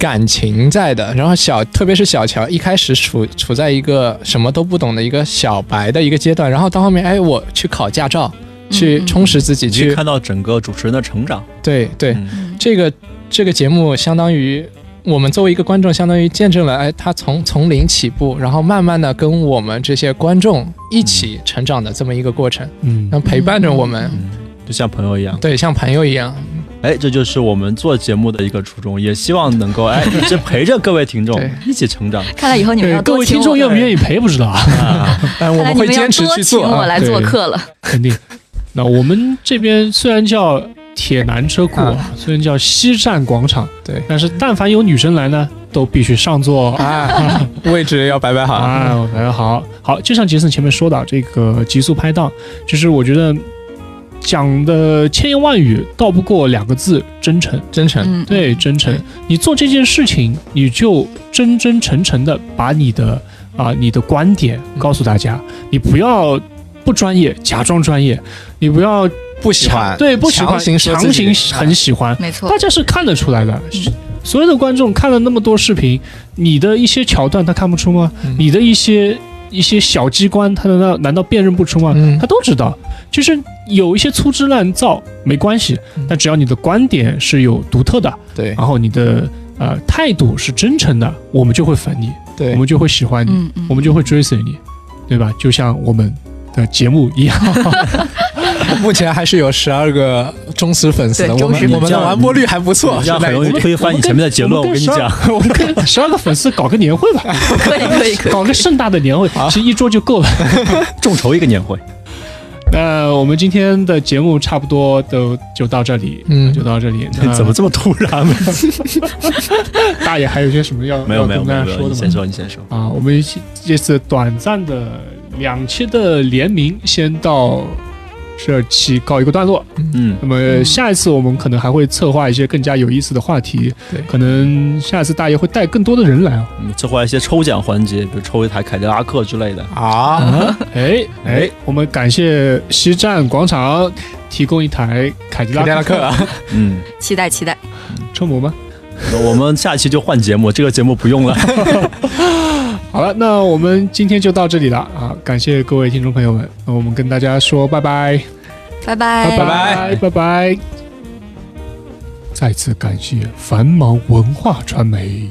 [SPEAKER 4] 感情在的，然后小，特别是小乔一开始处处在一个什么都不懂的一个小白的一个阶段，然后到后面，哎，我去考驾照，去
[SPEAKER 1] 嗯嗯
[SPEAKER 4] 充实自己，
[SPEAKER 6] 你可以
[SPEAKER 4] 去
[SPEAKER 6] 看到整个主持人的成长，
[SPEAKER 4] 对对，
[SPEAKER 6] 嗯
[SPEAKER 1] 嗯嗯
[SPEAKER 4] 这个这个节目相当于我们作为一个观众，相当于见证了哎，他从从零起步，然后慢慢的跟我们这些观众一起成长的这么一个过程，
[SPEAKER 2] 嗯
[SPEAKER 4] 然后陪伴着我们，
[SPEAKER 6] 嗯，就像朋友一样。
[SPEAKER 4] 对，像朋友一样。
[SPEAKER 6] 哎，这就是我们做节目的一个初衷，也希望能够
[SPEAKER 4] <laughs>
[SPEAKER 6] 哎一直陪着各位听众
[SPEAKER 4] 对
[SPEAKER 6] 一起成长。
[SPEAKER 1] 看来以后你们
[SPEAKER 2] 对
[SPEAKER 1] 要
[SPEAKER 2] 各
[SPEAKER 1] 多
[SPEAKER 2] 位
[SPEAKER 1] 请
[SPEAKER 2] 听
[SPEAKER 1] 我了
[SPEAKER 2] 众愿不愿意陪不知道啊，
[SPEAKER 6] 啊，
[SPEAKER 4] 但我
[SPEAKER 1] 看来你
[SPEAKER 4] 会
[SPEAKER 1] 们要
[SPEAKER 4] 坚持
[SPEAKER 1] 多
[SPEAKER 4] 去
[SPEAKER 1] 请
[SPEAKER 4] 做
[SPEAKER 1] 我
[SPEAKER 4] 啊。
[SPEAKER 1] 来
[SPEAKER 2] 对
[SPEAKER 1] 做客了，
[SPEAKER 2] 肯定。那我们这边虽然叫铁男车库啊，虽然叫西站广场，
[SPEAKER 4] 对
[SPEAKER 1] <laughs>
[SPEAKER 2] 但是但凡有女生来呢，都必须上座
[SPEAKER 4] 啊，位置要摆摆好。
[SPEAKER 2] 啊，我感觉好好，就像杰森前面说的，这个极速拍档，就是我觉得讲的千言万语，道不过两个字：真诚。
[SPEAKER 4] 真诚，
[SPEAKER 1] 嗯，
[SPEAKER 2] 对，真诚。你做这件事情，你就真真诚诚的把你的啊、你的观点告诉大家，你不要不专业，假装专业，你不要
[SPEAKER 4] 不喜欢，
[SPEAKER 2] 对不喜欢
[SPEAKER 4] 强行说
[SPEAKER 2] 强
[SPEAKER 4] 自己
[SPEAKER 2] 行很喜欢，
[SPEAKER 1] 没错
[SPEAKER 2] 大，家是看得出来的
[SPEAKER 1] 嗯。
[SPEAKER 2] 所有的观众看了那么多视频，你的一些桥段他看不出吗？
[SPEAKER 4] 嗯
[SPEAKER 2] 你的一些一些小机关，他难道难道辨认不出吗？
[SPEAKER 4] 嗯
[SPEAKER 2] 他都知道。就是有一些粗制滥造没关系
[SPEAKER 4] 嗯，
[SPEAKER 2] 但只要你的观点是有独特的，
[SPEAKER 4] 对
[SPEAKER 2] 然后你的呃态度是真诚的，我们就会粉你，
[SPEAKER 4] 对
[SPEAKER 2] 我们就会喜欢你，
[SPEAKER 1] 嗯嗯，
[SPEAKER 2] 我们就会追随你，对吧？就像我们的节目一样。
[SPEAKER 4] <laughs> <laughs> 目前还是有十二个忠实粉丝的，
[SPEAKER 1] 对
[SPEAKER 4] 我们
[SPEAKER 1] 忠实
[SPEAKER 4] 我们的完播率还不错，
[SPEAKER 6] 这样很容易推翻你前面的结论。我跟你讲，， <laughs>
[SPEAKER 2] 我们跟十二个粉丝搞个年会吧。
[SPEAKER 1] <laughs> 可以可以可以，
[SPEAKER 2] 搞个盛大的年会，其实一桌就够了。
[SPEAKER 7] 众筹一个年会，
[SPEAKER 2] 那我们今天的节目差不多都就到这里，
[SPEAKER 4] <laughs> 嗯
[SPEAKER 2] <laughs> 就到这里。那
[SPEAKER 6] <laughs> 怎么这么突然？
[SPEAKER 2] <laughs> 大爷还有些什么要
[SPEAKER 6] <laughs> 没有
[SPEAKER 2] 要
[SPEAKER 6] 没有
[SPEAKER 2] 跟
[SPEAKER 6] 没
[SPEAKER 2] 大家
[SPEAKER 6] 有没有，
[SPEAKER 2] 说
[SPEAKER 6] 你
[SPEAKER 2] 的
[SPEAKER 6] 先
[SPEAKER 2] 吗？
[SPEAKER 6] 说，你先说。
[SPEAKER 2] 啊，我们这次短暂的两期的联名先到这期告一个段落。
[SPEAKER 6] 嗯，
[SPEAKER 2] 那么下一次我们可能还会策划一些更加有意思的话题，
[SPEAKER 4] 对
[SPEAKER 2] 可能下一次大爷会带更多的人来哦。
[SPEAKER 6] 嗯，策划一些抽奖环节，比如抽一台凯迪拉克之类的。
[SPEAKER 4] 啊，
[SPEAKER 2] 啊，哎哎
[SPEAKER 6] <laughs> 哎，
[SPEAKER 2] 我们感谢西站广场提供一台凯迪
[SPEAKER 4] 凯迪拉
[SPEAKER 2] 拉
[SPEAKER 4] 克啊，
[SPEAKER 6] 嗯，
[SPEAKER 1] 期待期待，
[SPEAKER 2] 车模吗？
[SPEAKER 6] 那 <laughs> 我们下期就换节目，这个节目不用了。
[SPEAKER 2] 好了，那我们今天就到这里了啊！感谢各位听众朋友们，那我们跟大家说拜拜，
[SPEAKER 1] 拜拜
[SPEAKER 4] 拜拜
[SPEAKER 2] 拜拜。再次感谢繁忙文化传媒。